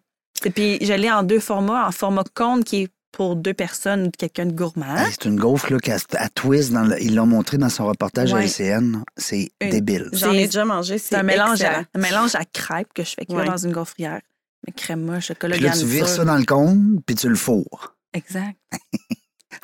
[SPEAKER 4] Et puis, je l'ai en deux formats, en format compte qui est pour deux personnes ou quelqu'un de gourmand.
[SPEAKER 2] Hey, c'est une gaufre là, qu'elle elle twist. Dans le- ils l'ont montré dans son reportage à
[SPEAKER 4] Ouais.
[SPEAKER 2] LCN. là. C'est
[SPEAKER 4] Une-
[SPEAKER 2] débile.
[SPEAKER 3] J'en
[SPEAKER 4] C'est-
[SPEAKER 3] ai déjà mangé.
[SPEAKER 4] C'est un mélange,
[SPEAKER 3] excellent.
[SPEAKER 4] à, un mélange à crêpes que je fais cuire
[SPEAKER 3] Ouais.
[SPEAKER 4] dans une gaufrière. Mais crème moche, chocolat
[SPEAKER 2] Puis là, tu
[SPEAKER 4] garniture.
[SPEAKER 2] vires ça dans le cône, puis tu le fourres.
[SPEAKER 4] Exact.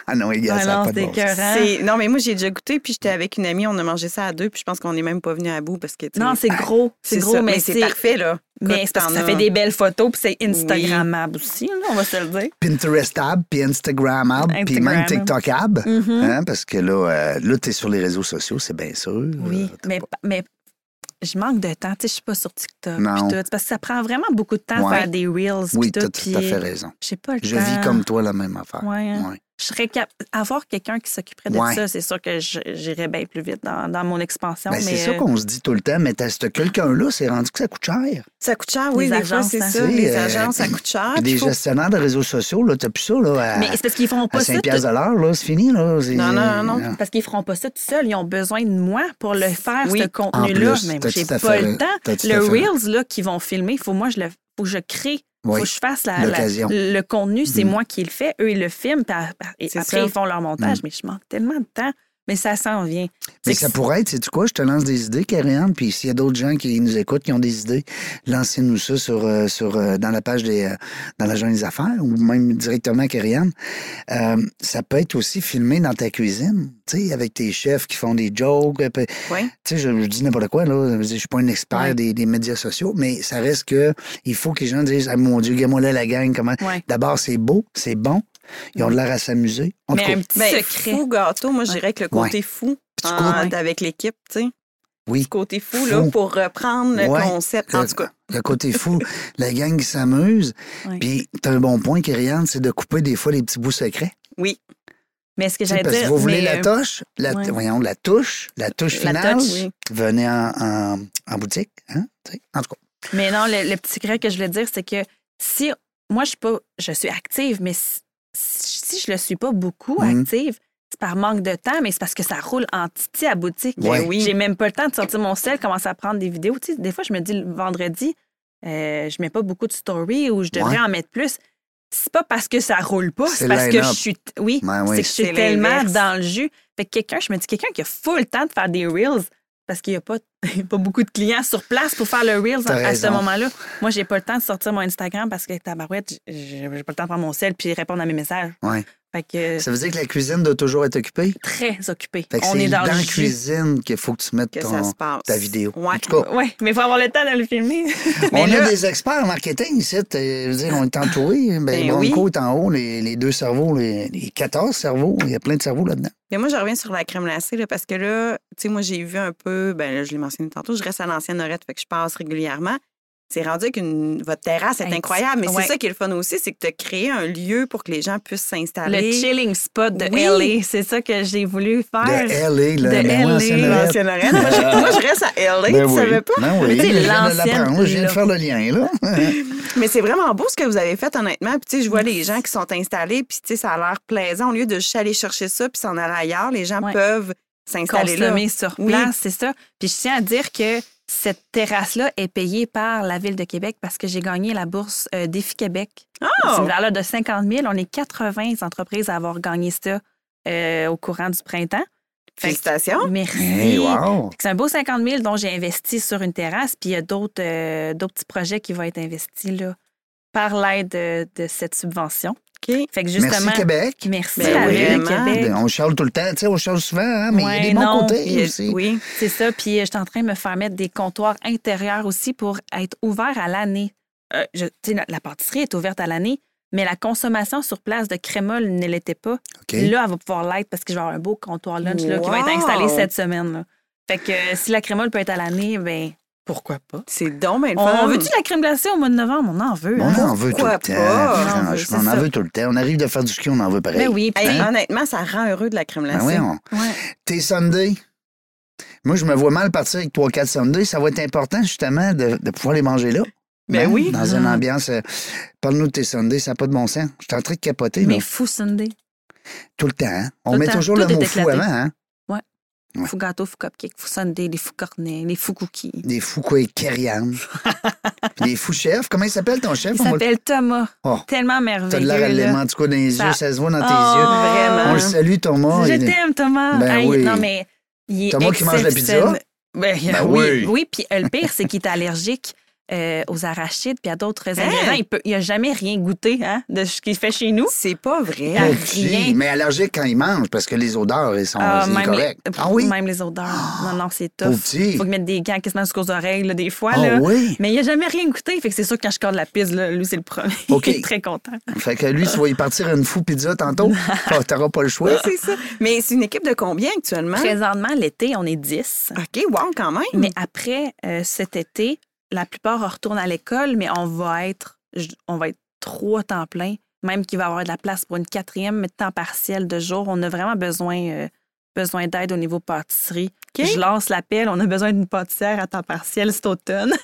[SPEAKER 2] Ah non, les gars, ça n'a
[SPEAKER 4] Balance
[SPEAKER 2] pas de
[SPEAKER 4] des
[SPEAKER 2] bon sens.
[SPEAKER 4] cœurs.
[SPEAKER 3] C'est- Non, mais moi, j'ai déjà goûté, puis j'étais avec une amie, on a mangé ça à deux, puis je pense qu'on n'est même pas venu à bout parce que. tu sais,
[SPEAKER 4] Non, c'est gros. C'est gros,
[SPEAKER 3] ça.
[SPEAKER 4] mais,
[SPEAKER 3] c'est parfait, là.
[SPEAKER 4] Mais
[SPEAKER 3] Écoute,
[SPEAKER 4] c'est parce que
[SPEAKER 3] t'en
[SPEAKER 4] ça fait
[SPEAKER 3] as.
[SPEAKER 4] des belles photos, puis c'est Instagrammable aussi, là, on va se le dire.
[SPEAKER 2] Pinterestable, puis Instagrammable, puis même
[SPEAKER 4] Instagrammable.
[SPEAKER 2] TikTokable.
[SPEAKER 4] Mhm.
[SPEAKER 2] Hein, parce que là, euh, là tu es sur les réseaux sociaux, c'est bien sûr.
[SPEAKER 4] Oui,
[SPEAKER 2] Euh, t'as
[SPEAKER 4] mais,
[SPEAKER 2] pas-
[SPEAKER 4] mais je manque de temps. Tu sais, je suis pas sur TikTok.
[SPEAKER 2] Non.
[SPEAKER 4] puis tout. C'est Parce que ça prend vraiment beaucoup de temps
[SPEAKER 2] Ouais.
[SPEAKER 4] à faire des reels.
[SPEAKER 2] Oui,
[SPEAKER 4] Oui,
[SPEAKER 2] tu as tout à fait raison.
[SPEAKER 4] J'ai pas le
[SPEAKER 2] Je
[SPEAKER 4] temps.
[SPEAKER 2] vis comme toi la même affaire.
[SPEAKER 4] Ouais, hein.
[SPEAKER 2] Ouais.
[SPEAKER 4] Je serais cap- Avoir quelqu'un qui s'occuperait de
[SPEAKER 2] Ouais.
[SPEAKER 4] ça, c'est sûr que je- j'irais bien plus vite dans, dans mon expansion.
[SPEAKER 2] Ben, c'est
[SPEAKER 4] mais
[SPEAKER 2] ça
[SPEAKER 4] euh,
[SPEAKER 2] qu'on se dit tout le temps, mais t'as ce quelqu'un-là, c'est rendu que ça coûte cher.
[SPEAKER 3] Ça coûte cher, oui,
[SPEAKER 4] Les
[SPEAKER 3] des fois,
[SPEAKER 4] agences,
[SPEAKER 3] c'est
[SPEAKER 4] hein.
[SPEAKER 3] ça.
[SPEAKER 2] Tu sais,
[SPEAKER 3] Les
[SPEAKER 2] euh,
[SPEAKER 3] agences, ça coûte cher.
[SPEAKER 2] Puis
[SPEAKER 3] puis
[SPEAKER 2] des
[SPEAKER 3] faut-
[SPEAKER 2] gestionnaires de réseaux sociaux, là, t'as plus ça, là, à,
[SPEAKER 4] Ah, mais c'est parce qu'ils feront
[SPEAKER 2] à
[SPEAKER 4] pas ça.
[SPEAKER 2] 5
[SPEAKER 4] tout-
[SPEAKER 2] piastres de l'heure, là, c'est fini, là. c'est-
[SPEAKER 3] Non, non, non, non.
[SPEAKER 4] Parce qu'ils feront pas ça tout seuls. Ils ont besoin de moi pour le faire,
[SPEAKER 3] Oui.
[SPEAKER 4] ce contenu-là.
[SPEAKER 2] plus,
[SPEAKER 4] Mais
[SPEAKER 2] t'as
[SPEAKER 4] j'ai
[SPEAKER 2] tout à
[SPEAKER 4] pas
[SPEAKER 2] fait ra-
[SPEAKER 4] le temps.
[SPEAKER 2] t'as tout à
[SPEAKER 4] Le
[SPEAKER 2] fait ra-
[SPEAKER 4] Reels là, qu'ils vont filmer, il faut moi je le faut que je crée.
[SPEAKER 2] Oui.
[SPEAKER 4] Faut que je fasse la, la-
[SPEAKER 2] L'occasion.
[SPEAKER 4] le contenu, c'est
[SPEAKER 2] Mm.
[SPEAKER 4] moi qui le fais. Eux, ils le filment, puis à- à- et
[SPEAKER 3] C'est
[SPEAKER 4] après,
[SPEAKER 3] ça.
[SPEAKER 4] ils font leur montage. Mais je manque tellement de temps. Mais ça s'en vient.
[SPEAKER 2] Mm. Mais
[SPEAKER 4] C'est
[SPEAKER 2] ça
[SPEAKER 4] que-
[SPEAKER 2] pourrait être, sais-tu quoi, je te lance des idées, Karianne, puis s'il y a d'autres gens qui nous écoutent, qui ont des idées, lancez-nous ça sur, euh, sur, euh, dans la page des, euh, dans la journée des affaires, ou même directement à Karianne. Euh, ça peut être aussi filmé dans ta cuisine, tu sais, avec tes chefs qui font des jokes. euh, puis-
[SPEAKER 3] Ouais.
[SPEAKER 2] Tu sais, je, je dis n'importe quoi, là. Je suis pas un expert
[SPEAKER 4] Ouais.
[SPEAKER 2] des, des médias sociaux, mais ça reste que, il faut que les gens disent, ah, mon Dieu, gamme là la gang, comment.
[SPEAKER 4] Ouais.
[SPEAKER 2] D'abord, c'est beau, c'est bon, ils ont de l'air à s'amuser. En
[SPEAKER 4] Mais
[SPEAKER 2] tout cas,
[SPEAKER 4] un petit
[SPEAKER 3] Ben,
[SPEAKER 4] secret.
[SPEAKER 3] fou gâteau, moi, je
[SPEAKER 4] Ouais.
[SPEAKER 3] dirais que le côté fou,
[SPEAKER 2] Petit
[SPEAKER 3] en-
[SPEAKER 2] côté-
[SPEAKER 3] avec l'équipe, tu sais.
[SPEAKER 2] Oui.
[SPEAKER 3] Ce côté fou,
[SPEAKER 2] Fou.
[SPEAKER 3] là, pour reprendre le
[SPEAKER 2] Ouais. Euh,
[SPEAKER 3] concept. En tout cas,
[SPEAKER 2] Le côté fou, la gang qui s'amuse.
[SPEAKER 4] Ouais.
[SPEAKER 2] Puis, t'as un bon point, Kyriane, c'est de couper des fois les petits bouts secrets.
[SPEAKER 3] oui.
[SPEAKER 4] Mais ce
[SPEAKER 2] Tu
[SPEAKER 4] que
[SPEAKER 2] sais,
[SPEAKER 4] j'allais
[SPEAKER 2] Parce
[SPEAKER 4] dire.
[SPEAKER 2] que vous voulez
[SPEAKER 4] mais,
[SPEAKER 2] la
[SPEAKER 4] euh,
[SPEAKER 2] touche, la,
[SPEAKER 4] ouais.
[SPEAKER 2] voyons, la touche, la touche
[SPEAKER 4] La
[SPEAKER 2] finale.
[SPEAKER 4] touche.
[SPEAKER 3] Oui.
[SPEAKER 2] Venez en, en, en boutique. Hein? tu sais. En tout cas,
[SPEAKER 4] Mais non, le, le petit secret que je voulais dire, c'est que si moi je suis pas, je suis active, mais si, si je le suis pas beaucoup
[SPEAKER 2] Mhm.
[SPEAKER 4] active, c'est par manque de temps, mais c'est parce que ça roule en titi à boutique.
[SPEAKER 2] Ouais.
[SPEAKER 3] Ben oui.
[SPEAKER 4] J'ai même pas le temps de sortir mon sel, commencer à prendre des vidéos. Tu sais, des fois, je me dis le vendredi, euh, je mets pas beaucoup de stories ou je devrais
[SPEAKER 2] Ouais.
[SPEAKER 4] en mettre plus. C'est pas parce que ça roule pas,
[SPEAKER 2] C'est
[SPEAKER 4] c'est parce que
[SPEAKER 2] line-up.
[SPEAKER 4] je suis. Oui,
[SPEAKER 2] Ben oui.
[SPEAKER 4] c'est que je
[SPEAKER 3] C'est
[SPEAKER 4] suis tellement
[SPEAKER 3] l'inverse.
[SPEAKER 4] dans le jus. Fait que quelqu'un, je me dis, quelqu'un qui a full temps de faire des reels parce qu'il n'y a pas, il y a pas beaucoup de clients sur place pour faire le reels
[SPEAKER 2] T'as
[SPEAKER 4] à, à ce
[SPEAKER 2] raison.
[SPEAKER 4] moment-là. Moi, j'ai pas le temps de sortir mon Instagram parce que tabarouette, j'ai j'ai pas le temps de prendre mon sel puis répondre à mes messages.
[SPEAKER 2] ouais.
[SPEAKER 4] Fait que
[SPEAKER 2] Ça veut dire que la cuisine doit toujours être occupée?
[SPEAKER 4] très occupé.
[SPEAKER 2] Fait que
[SPEAKER 4] On
[SPEAKER 2] c'est
[SPEAKER 4] est dans
[SPEAKER 2] dans
[SPEAKER 4] le
[SPEAKER 2] la
[SPEAKER 4] jus.
[SPEAKER 2] cuisine qu'il faut que tu mettes
[SPEAKER 3] Que
[SPEAKER 2] ton-
[SPEAKER 3] ça se passe.
[SPEAKER 2] ta vidéo.
[SPEAKER 3] Ouais.
[SPEAKER 2] En tout cas,
[SPEAKER 4] Oui, mais il faut avoir le temps de le filmer. Mais
[SPEAKER 2] on
[SPEAKER 4] là-
[SPEAKER 2] a des experts en marketing ici. t'es- Je veux dire, on est entouré. Ben,
[SPEAKER 3] Ben
[SPEAKER 2] Bronco
[SPEAKER 3] oui.
[SPEAKER 2] est en haut, les, les deux cerveaux, les, les 14 cerveaux. Il y a plein de cerveaux là-dedans.
[SPEAKER 3] Mais moi, je reviens sur la crème glacée, là, parce que là, tu sais, moi, j'ai vu un peu, ben là, je l'ai mentionné tantôt, je reste à l'ancienne Norette, fait que je passe régulièrement. C'est rendu qu'une votre terrasse est
[SPEAKER 4] Hey,
[SPEAKER 3] incroyable, mais
[SPEAKER 4] ouais.
[SPEAKER 3] c'est ça qui est le fun aussi, c'est que tu as créé un lieu pour que les gens puissent
[SPEAKER 4] le
[SPEAKER 3] s'installer.
[SPEAKER 4] chilling spot de
[SPEAKER 3] Oui.
[SPEAKER 4] LA, c'est ça que j'ai voulu faire.
[SPEAKER 2] De LA, là. ben oui,
[SPEAKER 4] De LA,
[SPEAKER 2] ancienne
[SPEAKER 3] L'ancienne
[SPEAKER 2] Lorette.
[SPEAKER 3] Lorette. Moi, je, moi, je reste à LA,
[SPEAKER 2] Ben
[SPEAKER 3] tu
[SPEAKER 2] oui.
[SPEAKER 3] savais pas.
[SPEAKER 2] Ben oui,
[SPEAKER 4] Mais tu sais,
[SPEAKER 2] je viens de
[SPEAKER 4] l'ancienne,
[SPEAKER 2] l'apprendre, je viens de
[SPEAKER 4] là.
[SPEAKER 2] faire le lien, là.
[SPEAKER 3] Mais c'est vraiment beau ce que vous avez fait, honnêtement. Puis, tu sais, je vois les gens qui sont installés, puis, tu sais, ça a l'air plaisant. Au lieu de juste aller chercher ça puis s'en aller ailleurs, les gens
[SPEAKER 4] Ouais.
[SPEAKER 3] peuvent s'installer là.
[SPEAKER 4] consommer sur
[SPEAKER 3] Oui.
[SPEAKER 4] place, c'est ça. Puis je tiens à dire que cette terrasse-là est payée par la Ville de Québec parce que j'ai gagné la bourse euh, Défi Québec.
[SPEAKER 3] Oh!
[SPEAKER 4] C'est une valeur de 50 000. On est 80 entreprises à avoir gagné ça euh, au courant du printemps. Fait que-
[SPEAKER 3] Félicitations.
[SPEAKER 4] Merci.
[SPEAKER 2] Hey, Ben wow.
[SPEAKER 4] Fait que C'est un beau 50 000 dont j'ai investi sur une terrasse. Puis il y a d'autres euh, d'autres petits projets qui vont être investis là, par l'aide de, de cette subvention.
[SPEAKER 3] OK.
[SPEAKER 4] Fait que
[SPEAKER 2] Merci
[SPEAKER 4] justement,
[SPEAKER 2] Québec.
[SPEAKER 4] merci
[SPEAKER 3] Ben
[SPEAKER 4] la
[SPEAKER 3] oui,
[SPEAKER 4] Ville de
[SPEAKER 3] vraiment.
[SPEAKER 4] Québec.
[SPEAKER 2] Ben, On charle tout le temps, tu sais, on charle souvent, hein, mais il y a
[SPEAKER 4] Ouais,
[SPEAKER 2] des bons
[SPEAKER 4] non, euh,
[SPEAKER 2] côtés aussi.
[SPEAKER 3] euh, Oui.
[SPEAKER 4] C'est ça. Puis euh, je suis en train de me faire mettre des comptoirs intérieurs aussi pour être ouvert à l'année. Euh, je- tu sais, la, la pâtisserie est ouverte à l'année, mais la consommation sur place de crémol ne l'était pas.
[SPEAKER 2] OK.
[SPEAKER 4] Là, elle va pouvoir l'être parce que je vais avoir un beau comptoir lunch là, qui va
[SPEAKER 3] Wow!
[SPEAKER 4] être installé cette semaine. là. Fait que euh, si la crémole peut être à l'année, ben pourquoi pas?
[SPEAKER 3] C'est donc bien le
[SPEAKER 4] On,
[SPEAKER 3] fun.
[SPEAKER 4] on veut-tu la crème glacée au mois de novembre? On en veut.
[SPEAKER 2] On
[SPEAKER 4] hein?
[SPEAKER 2] Ben en veut tout le
[SPEAKER 3] Pourquoi
[SPEAKER 2] temps.
[SPEAKER 3] pas?
[SPEAKER 4] On en veut,
[SPEAKER 2] Franchement,
[SPEAKER 4] c'est
[SPEAKER 2] on en
[SPEAKER 4] ça.
[SPEAKER 2] veut tout le temps. On arrive de faire du ski, on en veut pareil.
[SPEAKER 4] Ben oui.
[SPEAKER 3] Hey,
[SPEAKER 4] puis-
[SPEAKER 3] honnêtement, ça rend heureux de la crème
[SPEAKER 2] Ben
[SPEAKER 3] glacée.
[SPEAKER 2] voyons.
[SPEAKER 4] Ouais.
[SPEAKER 2] Tes Sunday. Moi, je me vois mal partir avec 3-4 Sunday. Ça va être important, justement, de, de pouvoir les manger là.
[SPEAKER 3] Ben
[SPEAKER 2] Hein,
[SPEAKER 3] oui.
[SPEAKER 2] Dans une
[SPEAKER 4] Ah.
[SPEAKER 2] ambiance. euh, Parle-nous de tes Sunday, ça n'a pas de bon sens. Je suis en train de capoter, là,
[SPEAKER 4] Mais fou Sunday.
[SPEAKER 2] tout le temps. hein. On
[SPEAKER 4] Tout le
[SPEAKER 2] met
[SPEAKER 4] temps,
[SPEAKER 2] toujours le
[SPEAKER 4] tout est
[SPEAKER 2] mot fou
[SPEAKER 4] éclaté.
[SPEAKER 2] avant, hein? Ouais. Oh,
[SPEAKER 4] Fou gâteau, fou cupcake, fou Sunday, les fous cornets, les fous cookies.
[SPEAKER 2] Des fous quoi et Kerriam. Des fous chefs. Comment il s'appelle ton chef?
[SPEAKER 4] Il
[SPEAKER 2] On va le-
[SPEAKER 4] s'appelle Thomas.
[SPEAKER 2] Oh,
[SPEAKER 4] Tellement merveilleux.
[SPEAKER 2] t'as de l'air
[SPEAKER 4] là.
[SPEAKER 2] allemand, en tout cas, dans les
[SPEAKER 4] Ça-
[SPEAKER 2] yeux. Ça se voit dans tes
[SPEAKER 4] Oh,
[SPEAKER 2] yeux.
[SPEAKER 3] Vraiment.
[SPEAKER 2] On le salue, Thomas.
[SPEAKER 4] Je
[SPEAKER 2] Il-
[SPEAKER 4] t'aime, Thomas.
[SPEAKER 2] Ben
[SPEAKER 4] Hey,
[SPEAKER 2] oui.
[SPEAKER 4] Non, mais il est
[SPEAKER 2] Thomas qui mange la pizza?
[SPEAKER 4] exceptionnel. Ben,
[SPEAKER 2] Ben oui.
[SPEAKER 4] oui. Oui, puis euh, le pire, c'est qu'il est allergique euh, aux arachides puis à d'autres
[SPEAKER 2] Hein?
[SPEAKER 4] ingrédients. Il peut- Il n'a jamais rien goûté hein, de ce qu'il fait chez nous.
[SPEAKER 3] C'est pas vrai.
[SPEAKER 4] Ah,
[SPEAKER 2] Oh,
[SPEAKER 4] rien.
[SPEAKER 2] gee, Mais allergique quand il mange, parce que les odeurs, ils sont
[SPEAKER 4] Ah, même,
[SPEAKER 2] incorrectes.
[SPEAKER 4] les,
[SPEAKER 2] Ah oui? Ah,
[SPEAKER 4] même les odeurs. Non, non, c'est tough.
[SPEAKER 2] Pauvre petit.
[SPEAKER 4] Faut qu'il mette des gants quasiment jusqu'aux oreilles, là, des fois.
[SPEAKER 2] Ah
[SPEAKER 4] là.
[SPEAKER 2] oui?
[SPEAKER 4] Mais il n'a jamais rien goûté. Fait que c'est sûr que quand je corde la piste, là, lui, c'est le premier.
[SPEAKER 2] OK.
[SPEAKER 4] il est très content.
[SPEAKER 2] Fait que lui, tu vas y partir une fou pizza tantôt. Ah, T'auras pas le choix.
[SPEAKER 3] Oui, c'est ça. Mais c'est une équipe de combien actuellement?
[SPEAKER 4] Présentement, l'été, on est 10.
[SPEAKER 3] OK, wow, quand même.
[SPEAKER 4] Mais après euh, cet été, la plupart retournent à l'école, mais on va être je- on va être trois temps plein, même qu'il va y avoir de la place pour une quatrième temps partiel de jour. On a vraiment besoin euh, besoin d'aide au niveau pâtisserie.
[SPEAKER 3] OK.
[SPEAKER 4] Je lance l'appel, on a besoin d'une pâtissière à temps partiel cet automne.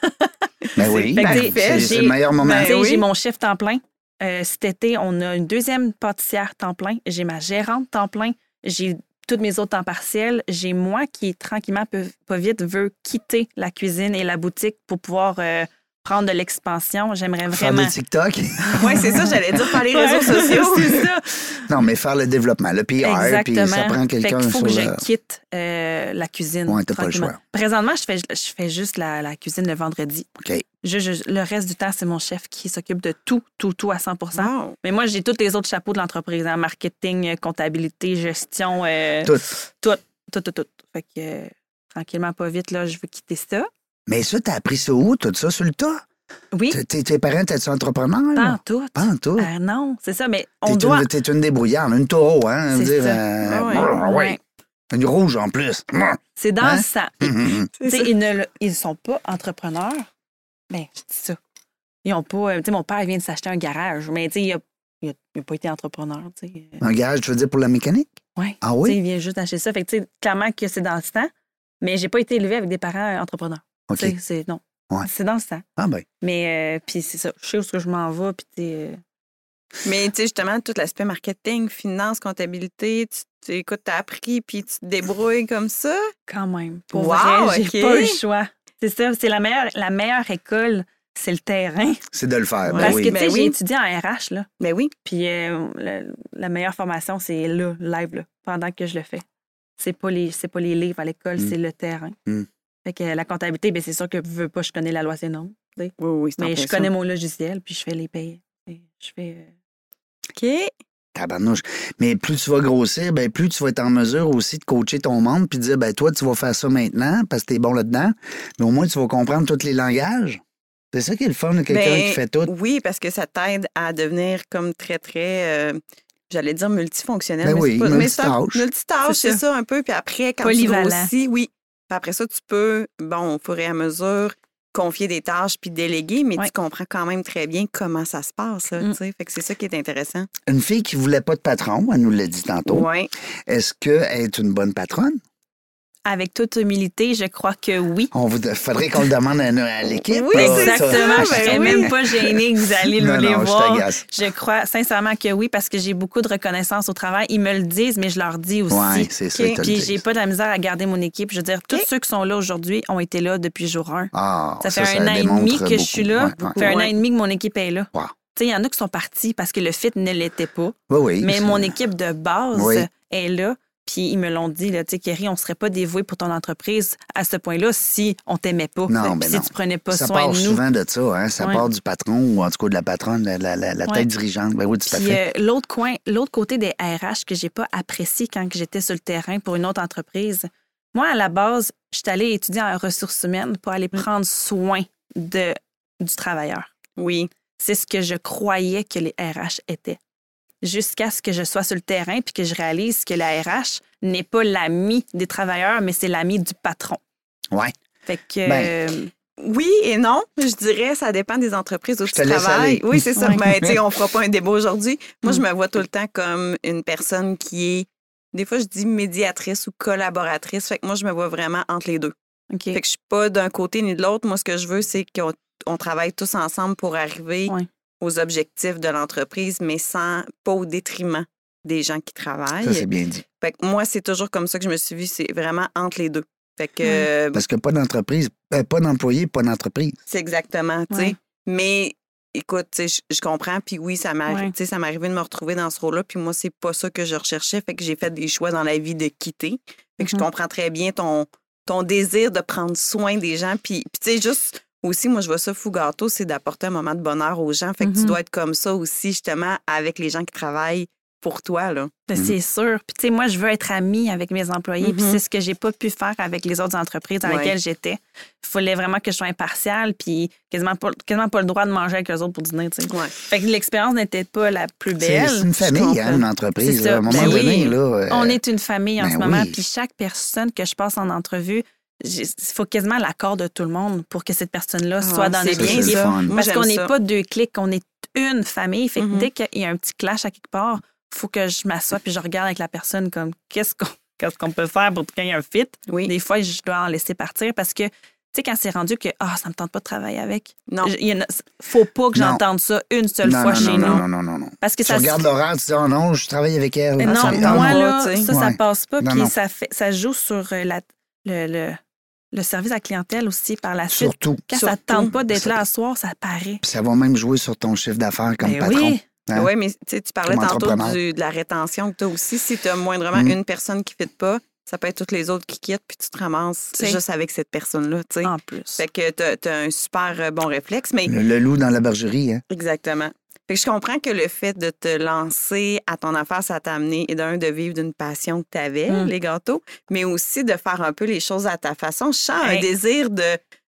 [SPEAKER 2] Ben oui,
[SPEAKER 4] Fait que
[SPEAKER 2] ben,
[SPEAKER 4] t'sais,
[SPEAKER 2] c'est
[SPEAKER 4] j'ai-
[SPEAKER 2] c'est le meilleur moment.
[SPEAKER 4] Tu sais,
[SPEAKER 3] oui.
[SPEAKER 4] J'ai mon chef temps plein. Euh, cet été, on a une deuxième pâtissière temps plein. J'ai ma gérante temps plein. J'ai toutes mes autres temps partiels. J'ai moi qui, tranquillement, peu- pas vite, veux quitter la cuisine et la boutique pour pouvoir euh, prendre de l'expansion. J'aimerais
[SPEAKER 2] Faire
[SPEAKER 4] vraiment.
[SPEAKER 2] des TikTok.
[SPEAKER 3] Oui, c'est ça, j'allais dire par les réseaux
[SPEAKER 4] Ouais,
[SPEAKER 3] sociaux.
[SPEAKER 4] c'est ça.
[SPEAKER 2] non, mais faire le développement, le PR, puis
[SPEAKER 4] Exactement.
[SPEAKER 2] ça prend
[SPEAKER 4] Fait
[SPEAKER 2] quelqu'un
[SPEAKER 4] qu'il
[SPEAKER 2] sur
[SPEAKER 4] faut que
[SPEAKER 2] le...
[SPEAKER 4] je quitte euh, la cuisine.
[SPEAKER 2] Ouais, t'as pas le
[SPEAKER 4] tranquillement.
[SPEAKER 2] choix.
[SPEAKER 4] Présentement, je fais, je fais juste la, la cuisine le vendredi.
[SPEAKER 2] OK.
[SPEAKER 4] Je- je- le reste du temps, c'est mon chef qui s'occupe de tout, tout, tout à 100
[SPEAKER 3] Wow.
[SPEAKER 4] Mais moi, j'ai tous les autres chapeaux de l'entreprise hein, marketing, euh, comptabilité, gestion, euh, tout.
[SPEAKER 2] Tout.
[SPEAKER 4] tout, tout, Fait que euh, tranquillement, pas vite, là, je veux quitter ça.
[SPEAKER 2] Mais ça, t'as appris ça où, tout ça, sur le tas?
[SPEAKER 4] Oui,
[SPEAKER 2] T'es- Tes tes parents, t'es-tu entrepreneur?
[SPEAKER 4] pas en
[SPEAKER 2] là?
[SPEAKER 4] tout.
[SPEAKER 2] Pas en tout.
[SPEAKER 4] Ah non, c'est ça, mais on
[SPEAKER 2] T'es
[SPEAKER 4] doit.
[SPEAKER 2] une, t'es une débrouillarde, une taureau, hein?
[SPEAKER 4] C'est
[SPEAKER 2] dire,
[SPEAKER 4] ça.
[SPEAKER 2] euh,
[SPEAKER 3] Ouais,
[SPEAKER 2] brrr, ouais.
[SPEAKER 4] Ouais.
[SPEAKER 2] Une rouge en plus. Brrr.
[SPEAKER 4] C'est dans
[SPEAKER 2] Hein?
[SPEAKER 4] le sang.
[SPEAKER 2] Mhm.
[SPEAKER 3] C'est
[SPEAKER 4] Tu sais, ils ne le- ils sont pas entrepreneurs. Ben, je dis ça. Ils ont pas. euh, Tu sais, mon père il vient de s'acheter un garage, mais tu sais, il a, il a- il a pas été entrepreneur. Tu sais.
[SPEAKER 2] un gage, tu veux dire, pour la mécanique?
[SPEAKER 4] Ouais.
[SPEAKER 2] Ah
[SPEAKER 4] Tu sais,
[SPEAKER 2] oui?
[SPEAKER 4] il vient juste d'acheter ça. Fait que, tu sais, clairement que c'est dans le sang, mais j'ai pas été élevée avec des parents euh, entrepreneurs.
[SPEAKER 2] OK.
[SPEAKER 4] Tu sais, c'est non.
[SPEAKER 2] Ouais.
[SPEAKER 4] C'est dans le sang.
[SPEAKER 2] Ah ben,
[SPEAKER 4] Mais euh, puis c'est ça. Je sais où est-ce que je m'en vais. Puis tu sais, euh,
[SPEAKER 3] Mais tu sais, justement, tout l'aspect marketing, finance, comptabilité, tu, tu écoutes, t'as appris, puis tu te débrouilles comme ça.
[SPEAKER 4] quand même. Pour
[SPEAKER 3] Wow,
[SPEAKER 4] vrai, j'ai
[SPEAKER 3] OK.
[SPEAKER 4] pas eu le choix. C'est ça. C'est la meilleure, la meilleure école, c'est le terrain.
[SPEAKER 2] c'est de le faire. Ben
[SPEAKER 4] Parce
[SPEAKER 2] oui.
[SPEAKER 4] que tu sais,
[SPEAKER 3] Ben
[SPEAKER 4] j'ai
[SPEAKER 3] oui.
[SPEAKER 4] étudié en RH là.
[SPEAKER 3] Mais oui.
[SPEAKER 4] Puis euh, le- la meilleure formation, c'est là, live, là, pendant que je le fais. C'est pas les, c'est pas les livres à l'école,
[SPEAKER 2] Mm.
[SPEAKER 4] c'est le terrain.
[SPEAKER 2] Mm.
[SPEAKER 4] Fait que la comptabilité, ben, c'est sûr que veux pas, je connais la loi, c'est non.
[SPEAKER 3] Oui, oui, c'est
[SPEAKER 4] Mais je
[SPEAKER 3] impressionnant.
[SPEAKER 4] connais mon logiciel, puis je fais les payer. Et Je fais. euh,
[SPEAKER 3] OK.
[SPEAKER 2] Tabarnouche. Mais plus tu vas grossir, ben plus tu vas être en mesure aussi de coacher ton monde puis de dire ben toi tu vas faire ça maintenant parce que t'es bon là-dedans, mais au moins tu vas comprendre tous les langages. C'est ça qui est le fun de quelqu'un
[SPEAKER 3] Ben,
[SPEAKER 2] qui fait tout.
[SPEAKER 3] Oui, parce que ça t'aide à devenir comme très, très, euh, j'allais dire multifonctionnel.
[SPEAKER 2] Ben
[SPEAKER 3] mais
[SPEAKER 2] oui,
[SPEAKER 3] c'est pas- mais c'est un-
[SPEAKER 2] multitâche.
[SPEAKER 3] multitâche,
[SPEAKER 4] C'est
[SPEAKER 3] c'est ça. un peu. Puis après, quand
[SPEAKER 4] Polyvalent.
[SPEAKER 3] tu grossis, oui. Puis après ça, tu peux, bon, au fur et à mesure, confier des tâches puis déléguer, mais
[SPEAKER 4] Ouais.
[SPEAKER 3] tu comprends quand même très bien comment ça se passe. là,
[SPEAKER 4] Mm.
[SPEAKER 3] tu sais. Fait que c'est ça qui est intéressant.
[SPEAKER 2] Une fille qui voulait pas de patron, elle nous l'a dit tantôt.
[SPEAKER 3] Oui.
[SPEAKER 2] Est-ce qu'elle est une bonne patronne?
[SPEAKER 4] Avec toute humilité, je crois que oui.
[SPEAKER 2] On vous faudrait qu'on le demande à, nous- à l'équipe.
[SPEAKER 3] Oui,
[SPEAKER 2] là,
[SPEAKER 3] c'est
[SPEAKER 2] Ah, ça.
[SPEAKER 4] Exactement.
[SPEAKER 3] ben
[SPEAKER 4] je
[SPEAKER 3] oui.
[SPEAKER 4] serais même pas gênée que vous allez le-
[SPEAKER 2] Non,
[SPEAKER 4] les
[SPEAKER 2] non, je
[SPEAKER 4] voir.
[SPEAKER 2] t'agace.
[SPEAKER 4] Je crois sincèrement que oui, parce que j'ai beaucoup de reconnaissance au travail. Ils me le disent, mais je leur dis aussi.
[SPEAKER 2] Ouais, c'est ça. ils te le
[SPEAKER 4] Puis
[SPEAKER 2] disent.
[SPEAKER 4] j'ai pas de la misère à garder mon équipe. Je veux dire, tous ceux qui sont là aujourd'hui ont été là depuis jour 1.
[SPEAKER 2] Ah,
[SPEAKER 4] Ça fait un an et demi
[SPEAKER 2] démontre
[SPEAKER 4] que je suis
[SPEAKER 2] beaucoup.
[SPEAKER 4] là.
[SPEAKER 2] Ouais, ouais.
[SPEAKER 4] Ça fait un an
[SPEAKER 3] Ouais.
[SPEAKER 4] et demi que mon équipe est là.
[SPEAKER 2] Wow.
[SPEAKER 4] Tu sais, il y en a qui sont partis parce que le fit ne l'était pas.
[SPEAKER 2] Oui, oui,
[SPEAKER 4] Mais
[SPEAKER 2] c'est-
[SPEAKER 4] mon équipe de base
[SPEAKER 2] Oui.
[SPEAKER 4] est là. Puis ils me l'ont dit, là, tu sais, Kerry, on serait pas dévoué pour ton entreprise à ce point-là si on t'aimait pas.
[SPEAKER 2] Non,
[SPEAKER 4] Puis
[SPEAKER 2] ben
[SPEAKER 4] si
[SPEAKER 2] non.
[SPEAKER 4] tu prenais pas
[SPEAKER 2] ça
[SPEAKER 4] soin
[SPEAKER 2] part
[SPEAKER 4] de nous.
[SPEAKER 2] souvent de ça, hein? ça
[SPEAKER 4] Ouais.
[SPEAKER 2] part du patron ou en tout cas de la patronne, la, la- la- la
[SPEAKER 4] Ouais.
[SPEAKER 2] tête dirigeante. Ben oui, tout à
[SPEAKER 4] Puis
[SPEAKER 2] fait.
[SPEAKER 4] euh, l'autre coin, l'autre côté des RH que j'ai pas apprécié quand que j'étais sur le terrain pour une autre entreprise. Moi, à la base, je suis allée étudier en ressources humaines pour aller
[SPEAKER 2] Mm.
[SPEAKER 4] prendre soin de, du travailleur.
[SPEAKER 3] Oui.
[SPEAKER 4] C'est ce que je croyais que les RH étaient. Jusqu'à ce que je sois sur le terrain puis que je réalise que la RH n'est pas l'ami des travailleurs, mais c'est l'ami du patron.
[SPEAKER 2] Ouais.
[SPEAKER 4] Fait que.
[SPEAKER 2] Ben,
[SPEAKER 4] euh,
[SPEAKER 3] Oui et non, je dirais, ça dépend des entreprises où
[SPEAKER 2] Je te
[SPEAKER 3] tu
[SPEAKER 2] laisse aller.
[SPEAKER 3] travailles. Oui, c'est ça.
[SPEAKER 4] Ouais.
[SPEAKER 3] Ben, tu sais, on fera pas un débat aujourd'hui. Moi, je
[SPEAKER 4] Mm.
[SPEAKER 3] me vois tout le temps comme une personne qui est, des fois, je dis médiatrice ou collaboratrice. Fait que moi, je me vois vraiment entre les deux.
[SPEAKER 4] OK.
[SPEAKER 3] Fait que je suis pas d'un côté ni de l'autre. Moi, ce que je veux, c'est qu'on on travaille tous ensemble pour arriver
[SPEAKER 4] Ouais.
[SPEAKER 3] aux objectifs de l'entreprise, mais sans, pas au détriment des gens qui travaillent.
[SPEAKER 4] euh,
[SPEAKER 2] Ça, c'est bien dit.
[SPEAKER 3] Fait que moi, c'est toujours comme ça que je me suis vue, c'est vraiment entre les deux. Fait que euh,
[SPEAKER 2] Parce que pas d'entreprise, euh, pas d'employé, pas d'entreprise.
[SPEAKER 3] c'est exactement, tu sais.
[SPEAKER 4] Ouais.
[SPEAKER 3] Mais écoute, tu sais, je- je comprends. Puis oui, ça m'arrive,
[SPEAKER 4] Ouais.
[SPEAKER 3] tu sais, ça m'est arrivé de me retrouver dans ce rôle-là. Puis moi, c'est pas ça que je recherchais. Fait que j'ai fait des choix dans la vie de quitter. Fait que je
[SPEAKER 4] Mhm.
[SPEAKER 3] comprends très bien ton, ton désir de prendre soin des gens. Puis, puis tu sais, juste aussi, moi, je vois ça fou gâteau, c'est d'apporter un moment de bonheur aux gens. Fait que tu
[SPEAKER 4] Mhm.
[SPEAKER 3] dois être comme ça aussi, justement, avec les gens qui travaillent pour toi, là.
[SPEAKER 4] Ben,
[SPEAKER 2] Mhm.
[SPEAKER 4] C'est sûr. Puis, tu sais, moi, je veux être amie avec mes employés. Puis,
[SPEAKER 3] Mhm.
[SPEAKER 4] c'est ce que j'ai pas pu faire avec les autres entreprises dans
[SPEAKER 3] Ouais.
[SPEAKER 4] lesquelles j'étais. Il fallait vraiment que je sois impartiale, puis quasiment pas, quasiment pas le droit de manger avec eux autres pour dîner, tu sais.
[SPEAKER 3] Ouais.
[SPEAKER 4] Fait que l'expérience n'était pas la plus
[SPEAKER 2] C'est
[SPEAKER 4] belle.
[SPEAKER 2] c'est une
[SPEAKER 4] Ben je
[SPEAKER 2] famille, hein,
[SPEAKER 4] comprends.
[SPEAKER 2] une entreprise.
[SPEAKER 4] C'est
[SPEAKER 2] là. à un
[SPEAKER 4] ça.
[SPEAKER 2] moment
[SPEAKER 4] Ben oui.
[SPEAKER 2] donné, là, euh,
[SPEAKER 4] On est une famille en
[SPEAKER 2] ben
[SPEAKER 4] ce moment,
[SPEAKER 2] oui.
[SPEAKER 4] puis chaque personne que je passe en entrevue, j'ai- il faut quasiment l'accord de tout le monde pour que cette
[SPEAKER 3] Ah,
[SPEAKER 4] personne-là soit dans
[SPEAKER 3] c'est
[SPEAKER 4] les
[SPEAKER 2] ça,
[SPEAKER 3] bien,
[SPEAKER 4] biens
[SPEAKER 2] c'est le
[SPEAKER 3] ça.
[SPEAKER 2] fun.
[SPEAKER 3] Moi,
[SPEAKER 4] Parce
[SPEAKER 3] j'aime
[SPEAKER 4] qu'on n'est
[SPEAKER 3] ça.
[SPEAKER 4] pas deux clics, on est une famille. Fait que
[SPEAKER 3] Mhm.
[SPEAKER 4] dès qu'il y a un petit clash à quelque part, faut que je m'assoie puis je regarde avec la personne comme qu'est-ce qu'on qu'est-ce qu'on peut faire pour qu'il y ait un fit.
[SPEAKER 3] Oui.
[SPEAKER 4] Des fois, je dois en laisser partir parce que, tu sais, quand c'est rendu que ah ça me tente pas de travailler avec,
[SPEAKER 3] Non.
[SPEAKER 4] je- il y en a- faut pas que
[SPEAKER 2] Non.
[SPEAKER 4] j'entende ça une seule
[SPEAKER 2] non,
[SPEAKER 4] fois
[SPEAKER 2] non,
[SPEAKER 4] chez
[SPEAKER 2] non,
[SPEAKER 4] nous.
[SPEAKER 2] non, non, non, non.
[SPEAKER 4] Parce que
[SPEAKER 2] Tu
[SPEAKER 4] ça se-
[SPEAKER 2] regardes l'horaire, tu dis, oh non, je travaille avec elle.
[SPEAKER 4] non,
[SPEAKER 2] Ah,
[SPEAKER 3] Euh, ça me
[SPEAKER 2] non,
[SPEAKER 4] moi,
[SPEAKER 3] tente
[SPEAKER 4] là,
[SPEAKER 3] pas, tu sais.
[SPEAKER 4] ça, ça
[SPEAKER 2] Ouais.
[SPEAKER 4] passe pas.
[SPEAKER 2] Non,
[SPEAKER 4] puis
[SPEAKER 2] non.
[SPEAKER 4] Ça, fait, ça joue sur euh, la, le, le, le service à la clientèle aussi par la suite.
[SPEAKER 2] Surtout.
[SPEAKER 4] Quand ça
[SPEAKER 3] Surtout.
[SPEAKER 4] te tente pas d'être
[SPEAKER 2] Ça-
[SPEAKER 4] là à soir, ça paraît.
[SPEAKER 2] Puis ça va même jouer sur ton chiffre d'affaires comme
[SPEAKER 4] Ben
[SPEAKER 2] patron.
[SPEAKER 4] oui.
[SPEAKER 2] Hein?
[SPEAKER 3] Oui, mais tu sais, tu parlais
[SPEAKER 2] Comme
[SPEAKER 3] tantôt
[SPEAKER 2] entrepreneur.
[SPEAKER 3] du- de la rétention que tu as aussi. Si tu as moindrement
[SPEAKER 2] Mm.
[SPEAKER 3] une personne qui ne fit pas, ça peut être toutes les autres qui quittent, puis tu te ramasses
[SPEAKER 4] Tu sais. Ah.
[SPEAKER 3] juste avec cette personne-là. tu sais.
[SPEAKER 4] En plus.
[SPEAKER 3] Fait que tu as, un super euh, bon réflexe, mais
[SPEAKER 2] Le, le loup dans la bergerie, hein?
[SPEAKER 3] exactement. Fait que je comprends que le fait de te lancer à ton affaire, ça t'a amené, et d'un, de vivre d'une passion que tu avais,
[SPEAKER 4] Mm.
[SPEAKER 3] les gâteaux, mais aussi de faire un peu les choses à ta façon. Je sens un
[SPEAKER 4] Hey.
[SPEAKER 3] désir de